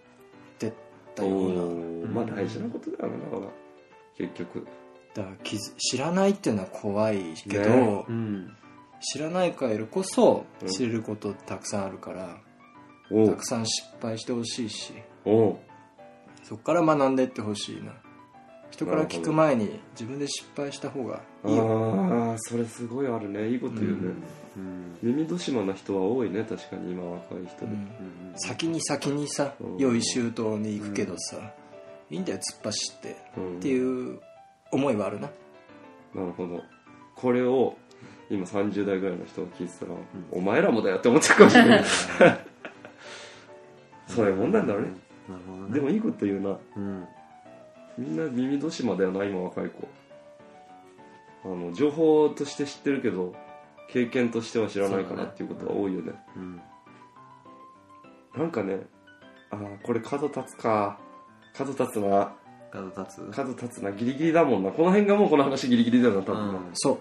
Speaker 1: てった
Speaker 2: お
Speaker 1: ような
Speaker 2: おーまあ大事なことだよな結局
Speaker 1: だから気づ知らないっていうのは怖いけど、
Speaker 2: ね
Speaker 4: うん
Speaker 1: 知らないからこそ
Speaker 2: うん
Speaker 1: 知れることたくさんあるから、
Speaker 2: お
Speaker 1: た
Speaker 2: う
Speaker 1: くさん失敗してほしいし
Speaker 2: おう
Speaker 1: そこから学んでってほしいな人から聞く前に自分で失敗した方がいいよ
Speaker 2: ああそれすごいあるねいいこと言うね、
Speaker 4: うん
Speaker 2: 耳戸島な人は多いね確かに今若い人
Speaker 1: う
Speaker 2: で、
Speaker 1: ん
Speaker 4: うん
Speaker 1: 先に先にさ
Speaker 2: うん
Speaker 1: 用意周到に行くけどさいいんだよ突っ走って
Speaker 2: うん
Speaker 1: っていう思いはあるな
Speaker 2: なるほどこれを今30代ぐらいの人が聞いてたら、お前らもだよって思ってるかもしれない そういうもんなんだろうね、
Speaker 4: なるほどね
Speaker 2: でもいいこと言うな
Speaker 4: うん
Speaker 2: みんな耳戸島だよな今若い子あの情報として知ってるけど経験としては知らないかなっていうことは多いよね
Speaker 4: うん
Speaker 2: なんかねああこれ角立つか角立つな
Speaker 4: 角立つ
Speaker 2: 角立つなギリギリだもんなこの辺がもうこの話ギリギリだよな多分な、
Speaker 4: うん
Speaker 1: そ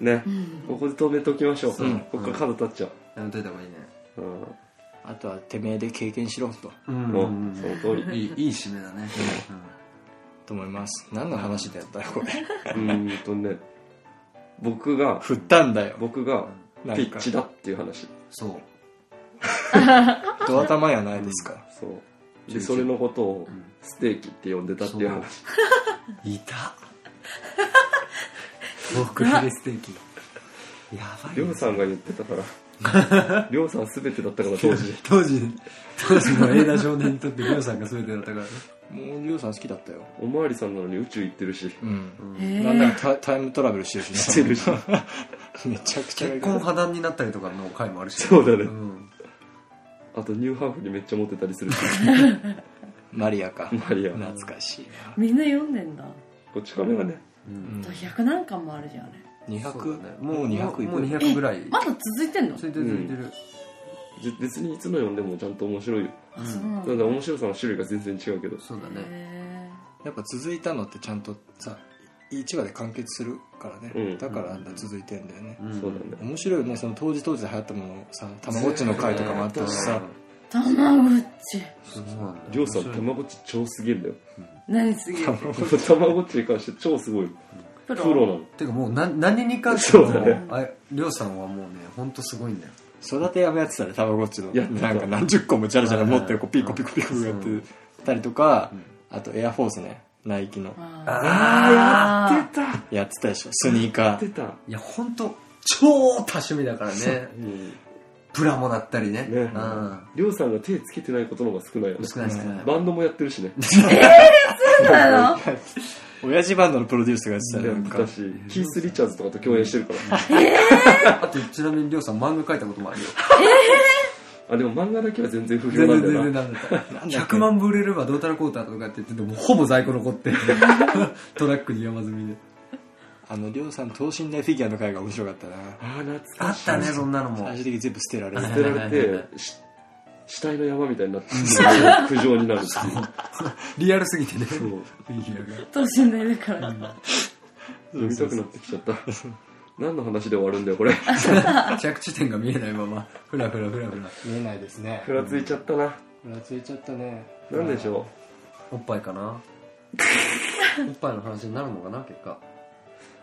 Speaker 1: う
Speaker 2: ね、ここで止めておきましょう、
Speaker 4: そう
Speaker 2: うんここから角立っちゃ
Speaker 4: やめといた方がいいね
Speaker 2: う、うん
Speaker 1: あとはてめえで経験しろと
Speaker 4: う
Speaker 2: もうその通り
Speaker 4: いいいい締めだね
Speaker 1: と思います何の話だったよこれ
Speaker 2: うーんとね僕が
Speaker 1: 振ったんだよ
Speaker 2: 僕が
Speaker 1: なん
Speaker 2: ピ
Speaker 1: か
Speaker 2: ッチだっていう話
Speaker 4: そう
Speaker 1: ドア玉やないですか
Speaker 2: そうでそれのことをステーキって呼んでたっていう話
Speaker 4: い た僕ヒレステーキやばい
Speaker 2: りょ
Speaker 4: ね
Speaker 2: うさんが言ってたからりょうさん全てだったから当時
Speaker 4: 当時当時の映画少年にとってりょうさんが全てだったからね
Speaker 1: もうりょうさん好きだったよ
Speaker 2: おまわりさんなのに宇宙行ってるし
Speaker 1: うん
Speaker 5: へ
Speaker 1: なんな
Speaker 5: え
Speaker 1: らタタイムトラベルしてるしね
Speaker 2: してるし
Speaker 1: めちゃくちゃ
Speaker 4: 結婚破談になったりとかの回もあるし
Speaker 2: そうだね
Speaker 4: ん
Speaker 2: あとニューハーフにめっちゃモテたりするし
Speaker 1: マリアか
Speaker 2: マリア
Speaker 1: 懐かしいな
Speaker 5: みんな読んでんだ
Speaker 2: こっち亀がね
Speaker 4: うん
Speaker 5: 100何巻もあるじゃんあれ
Speaker 1: 200、
Speaker 4: そうだね
Speaker 1: もう200い
Speaker 4: もう
Speaker 1: く
Speaker 4: 200ぐらい
Speaker 5: まだ続いてんの
Speaker 4: ついてるついてる
Speaker 2: じ別にいつの読んでもちゃんと面白いよ
Speaker 5: あそうなん
Speaker 2: た
Speaker 5: だ
Speaker 2: だ面白さの種類が全然違うけど
Speaker 4: そうだね
Speaker 5: へ
Speaker 1: やっぱ続いたのってちゃんとさ1話で完結するからね、
Speaker 2: うん
Speaker 1: だからあんな続いてんだよね、
Speaker 4: ん
Speaker 2: そうだね
Speaker 1: 面白いよねその当時当時で流行ったものさたまごっちの回とかもあったしさ
Speaker 5: ーたまごっち
Speaker 4: そうなんだよ
Speaker 2: りょうさんたまごっち超すげえんだよ
Speaker 5: 何すげ え
Speaker 2: たまごっちに関して超すごい
Speaker 5: プ
Speaker 2: プロなの
Speaker 4: てかもうな何に関して
Speaker 2: そ
Speaker 4: も
Speaker 2: うだね
Speaker 4: ありょうさんはもうね本当すごいんだよ
Speaker 1: 育てやめやってたねたまごっちの
Speaker 2: やってた
Speaker 1: なんか何十個もジャラジャラ持って
Speaker 4: うん
Speaker 1: こうピコピコピコやってたりとか、あとエアフォースねナイキの
Speaker 5: あ
Speaker 4: あ
Speaker 2: 出た
Speaker 1: やってたでしょスニーカ
Speaker 2: 出
Speaker 1: ー
Speaker 2: た
Speaker 4: いや本当超多趣味だからね
Speaker 2: うん
Speaker 4: プラもだったりね
Speaker 2: ね
Speaker 4: うん
Speaker 2: りょうさんが手つけてないことの方が少ないよね
Speaker 4: 少ない少ない
Speaker 2: バンドもやってるしね
Speaker 5: ーそうなの
Speaker 1: 親父バンドのプロデュースがやってたらなんか
Speaker 2: 私キース・リチャーズとかと共演してるから
Speaker 4: あとちなみにりょうさん漫画描いたこともあるよ
Speaker 2: あでも漫画だけは全然不
Speaker 4: 全
Speaker 2: 評な
Speaker 4: 然
Speaker 2: んだよ
Speaker 4: 全然
Speaker 2: な
Speaker 4: なんだった100万 部売れればどうたらこうたらとかって言っててもうほぼ在庫残って トラックに山積みで
Speaker 1: あのりょうさん等身大フィギュアの回が面白かったな
Speaker 2: ああ懐
Speaker 4: あ
Speaker 2: かし
Speaker 4: ったねそんなのも
Speaker 1: 最終的に全部捨てられる
Speaker 2: い捨てられてし死体の山みたいになって苦情になるっていう
Speaker 4: リアルすぎてね
Speaker 2: そう
Speaker 4: フィギュアが
Speaker 5: 等身大だから。
Speaker 2: 読みたくなってきちゃった何の話で終わるんだよこれ
Speaker 4: 着地点が見えないままふらふらふらふら
Speaker 1: 見えないですね
Speaker 2: ふらついちゃったな
Speaker 1: ふらついちゃったね
Speaker 2: 何でしょ
Speaker 4: おっぱいか なおっぱいの話になるのかな結果
Speaker 2: う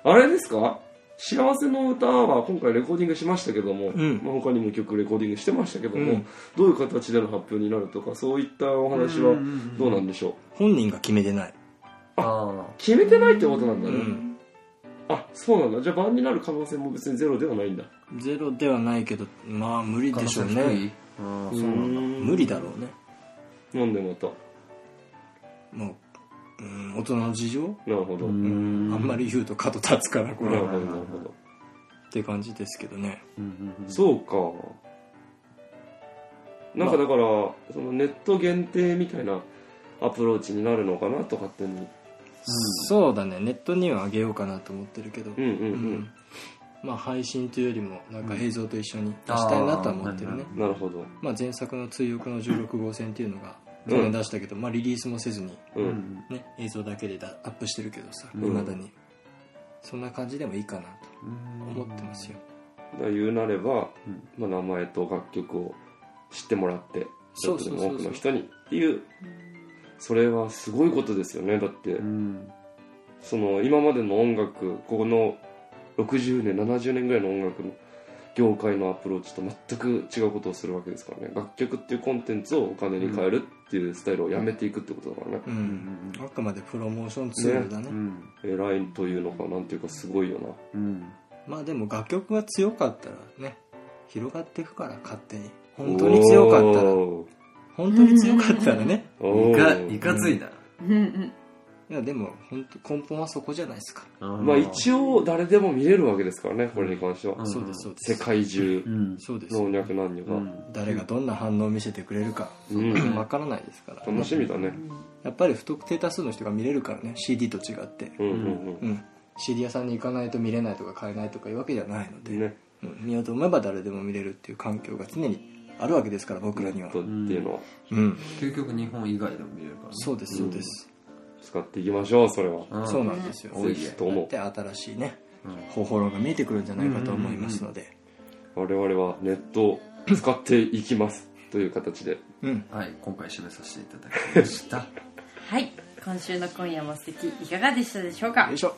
Speaker 2: あれですか幸せの歌は今回レコーディングしましたけども、
Speaker 1: ん
Speaker 2: まあ、他にも曲レコーディングしてましたけども、
Speaker 1: うん
Speaker 2: どういう形での発表になるとかそういったお話は
Speaker 4: うんうんうん
Speaker 2: どうなんでしょう
Speaker 1: 本人が決めてない
Speaker 4: ああ
Speaker 2: 決めてないってことなんだ
Speaker 1: う
Speaker 2: ね、
Speaker 1: ん
Speaker 2: あそうなんだじゃあ版になる可能性も別にゼロではないんだ
Speaker 1: ゼロではないけどまあ無理でしょう
Speaker 4: 可能性低
Speaker 1: ね
Speaker 4: いあ
Speaker 2: う
Speaker 4: あそうなんだ
Speaker 2: ん
Speaker 1: 無理だろうね
Speaker 2: なんでまた
Speaker 1: もう、うん、大人の事情
Speaker 2: なるほど、
Speaker 4: う
Speaker 1: あ
Speaker 2: なる
Speaker 4: ん
Speaker 1: んまり言うと角立つからこ
Speaker 2: ほど
Speaker 1: れ
Speaker 2: なる
Speaker 1: は
Speaker 2: ほど、
Speaker 1: って感じですけどね
Speaker 4: うんうんうん
Speaker 2: そうかなんかだから、そのネット限定みたいなアプローチになるのかなと勝手に
Speaker 1: そうだねネットにはあげようかなと思ってるけど、
Speaker 2: うんうん
Speaker 1: う
Speaker 2: うん、
Speaker 1: んまあ配信というよりもなんか映像と一緒に出したいなとは思ってるね、
Speaker 4: う
Speaker 2: なるほど
Speaker 1: まあ、前作の「追憶の16号線」っていうのが
Speaker 2: うん
Speaker 1: 去年出したけど、まあ、リリースもせずに、
Speaker 2: うん、
Speaker 4: うん
Speaker 1: ね、映像だけでだアップしてるけどさ
Speaker 4: うん
Speaker 1: 未だに、そんな感じでもいいかな
Speaker 4: うん
Speaker 1: と思ってますよ、
Speaker 2: だから言うなれば、
Speaker 4: うん
Speaker 2: まあ、名前と楽曲を知ってもらってち
Speaker 1: そ
Speaker 2: ょっ
Speaker 1: う
Speaker 2: と
Speaker 1: そ
Speaker 2: で
Speaker 1: う
Speaker 2: も
Speaker 1: そ
Speaker 2: 多
Speaker 1: う
Speaker 2: く
Speaker 1: そ
Speaker 2: の
Speaker 1: う
Speaker 2: 人にっていうそれはすごいことですよねだって、
Speaker 4: うん
Speaker 2: その今までの音楽この60年70年ぐらいの音楽の業界のアプローチと全く違うことをするわけですからね楽曲っていうコンテンツをお金に変えるっていうスタイルをやめていくってことだからね、
Speaker 1: う
Speaker 4: うんん
Speaker 1: あくまでプロモーションツールだね
Speaker 4: うん
Speaker 2: 偉いというのかなんていうかすごいよな
Speaker 4: うん
Speaker 1: まあでも楽曲が強かったらね広がっていくから勝手に本当に強かったら
Speaker 2: お
Speaker 1: 本当に強かったらね
Speaker 2: ーお
Speaker 4: いか
Speaker 2: ー
Speaker 4: いかついな
Speaker 5: うんうん。
Speaker 1: いやでも本当根本はそこじゃないですか、
Speaker 2: まあ一応誰でも見れるわけですからねこれに関しては、
Speaker 4: うん
Speaker 1: そうですそうです
Speaker 2: 世界中
Speaker 4: うん
Speaker 1: そうです
Speaker 2: 老若男女
Speaker 4: う
Speaker 2: が、
Speaker 4: ん
Speaker 1: 誰がどんな反応を見せてくれるか
Speaker 2: うん
Speaker 1: わからないですから、
Speaker 2: 楽しみだね
Speaker 1: やっぱり不特定多数の人が見れるからね CD と違って、
Speaker 2: うんうん
Speaker 1: うん、CD 屋さんに行かないと見れないとか買えないとかいうわけじゃないの
Speaker 2: う
Speaker 1: で、
Speaker 2: んね
Speaker 1: うん見ようと思えば誰でも見れるっていう環境が常にあるわけですから僕らには
Speaker 2: とっていうのを
Speaker 1: うん
Speaker 4: 究極日本以外でも見れるからね
Speaker 1: そうですそうです、
Speaker 2: 使っていきましょうそれは、
Speaker 4: うん
Speaker 1: そうなんですよ、
Speaker 4: うん
Speaker 1: ぜ
Speaker 2: ぜ
Speaker 1: ひ
Speaker 2: ひと
Speaker 1: だ
Speaker 2: も
Speaker 1: って新しいね
Speaker 4: うん
Speaker 1: 方法論が見えてくるんじゃないかと思いますので
Speaker 2: 我々はネットを使っていきますという形で
Speaker 1: うん
Speaker 4: はい今回締めさせていただきました
Speaker 5: はい。今週の今夜も素敵いかがでしたでしょうか
Speaker 1: よいしょ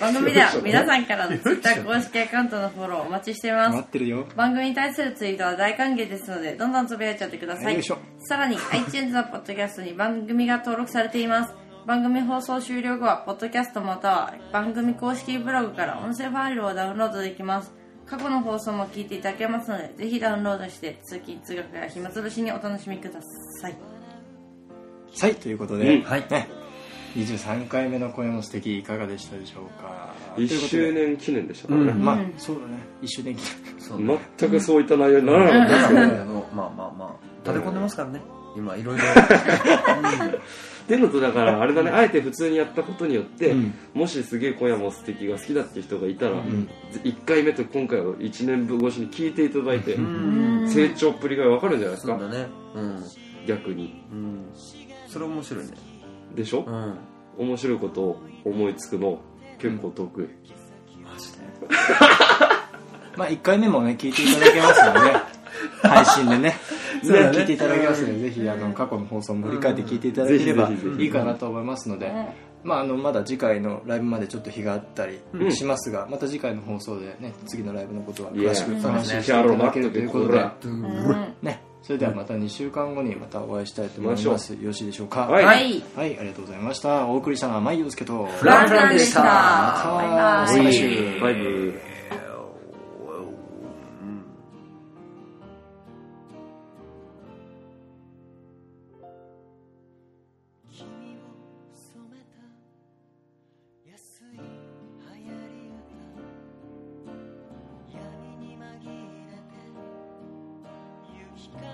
Speaker 5: 番組では皆さんからの Twitter 公式アカウントのフォローお待ちしています
Speaker 1: 待。ってるよ
Speaker 5: 番組に対するツイートは大歓迎ですのでどんどんつぶやいちゃってくださ
Speaker 1: よ
Speaker 5: い
Speaker 1: いしょ
Speaker 5: さらに iTunes のポッドキャストに番組が登録されています番組放送終了後はポッドキャストまたは番組公式ブログから音声ファイルをダウンロードできます過去の放送も聞いていただけますのでぜひダウンロードして通勤通学や暇つぶしにお楽しみください
Speaker 1: はいということで、
Speaker 2: うん
Speaker 1: はいね23回目の「今夜も素敵いかがでしたでしょうか
Speaker 2: 1
Speaker 1: という
Speaker 2: 周
Speaker 1: こ
Speaker 2: 年記念でしたから
Speaker 1: とで
Speaker 2: ね、
Speaker 1: まあそうだね1周年記念
Speaker 4: そうね
Speaker 2: 全くそういった内容にならなかった
Speaker 4: だからもうまあまあまあ立て込んでますからね今いろいろうん
Speaker 2: っていうのとだからあれだねあえて普通にやったことによって、
Speaker 1: うん
Speaker 2: もしすげえ今夜も素敵が好きだっていう人がいたら、
Speaker 1: ん
Speaker 2: 1回目と今回を1年分越しに聞いていただいて、
Speaker 4: うん
Speaker 2: 成長っぷりが分かるんじゃないです
Speaker 4: そう
Speaker 2: か
Speaker 4: だねうん
Speaker 2: 逆に
Speaker 4: うんそれ面白いね
Speaker 2: でしょ
Speaker 4: う、ん
Speaker 2: 面白いことを思いつくの結構得意、
Speaker 4: マジで
Speaker 1: まあ1回目もね聞いていただけますの で配信でね
Speaker 4: そうだね
Speaker 1: 聞いていただけますのでぜひあの過去の放送も振り返って聞いていただければ
Speaker 2: ぜひぜひぜひ
Speaker 1: いいかなと思いますので、まあ、あのまだ次回のライブまでちょっと日があったり
Speaker 2: ん
Speaker 1: しますが、また次回の放送でね次のライブのことは
Speaker 2: イエー
Speaker 1: 詳しくお
Speaker 2: そうで
Speaker 1: 話し
Speaker 2: すね
Speaker 1: していただけるということ
Speaker 2: キャロ
Speaker 1: で
Speaker 2: ラ、
Speaker 4: ドゥ
Speaker 5: う
Speaker 4: ー
Speaker 5: ん
Speaker 1: ね、それではまた2週間後にまたお会いしたいと思いますよろしいでしょうか
Speaker 2: はい
Speaker 5: はい
Speaker 1: はい、ありがとうございましたお送りしたのは舞陽介と
Speaker 4: フランフランでした
Speaker 5: バイバ
Speaker 1: バイバ
Speaker 5: イ
Speaker 1: イ
Speaker 2: バイブ
Speaker 7: 「光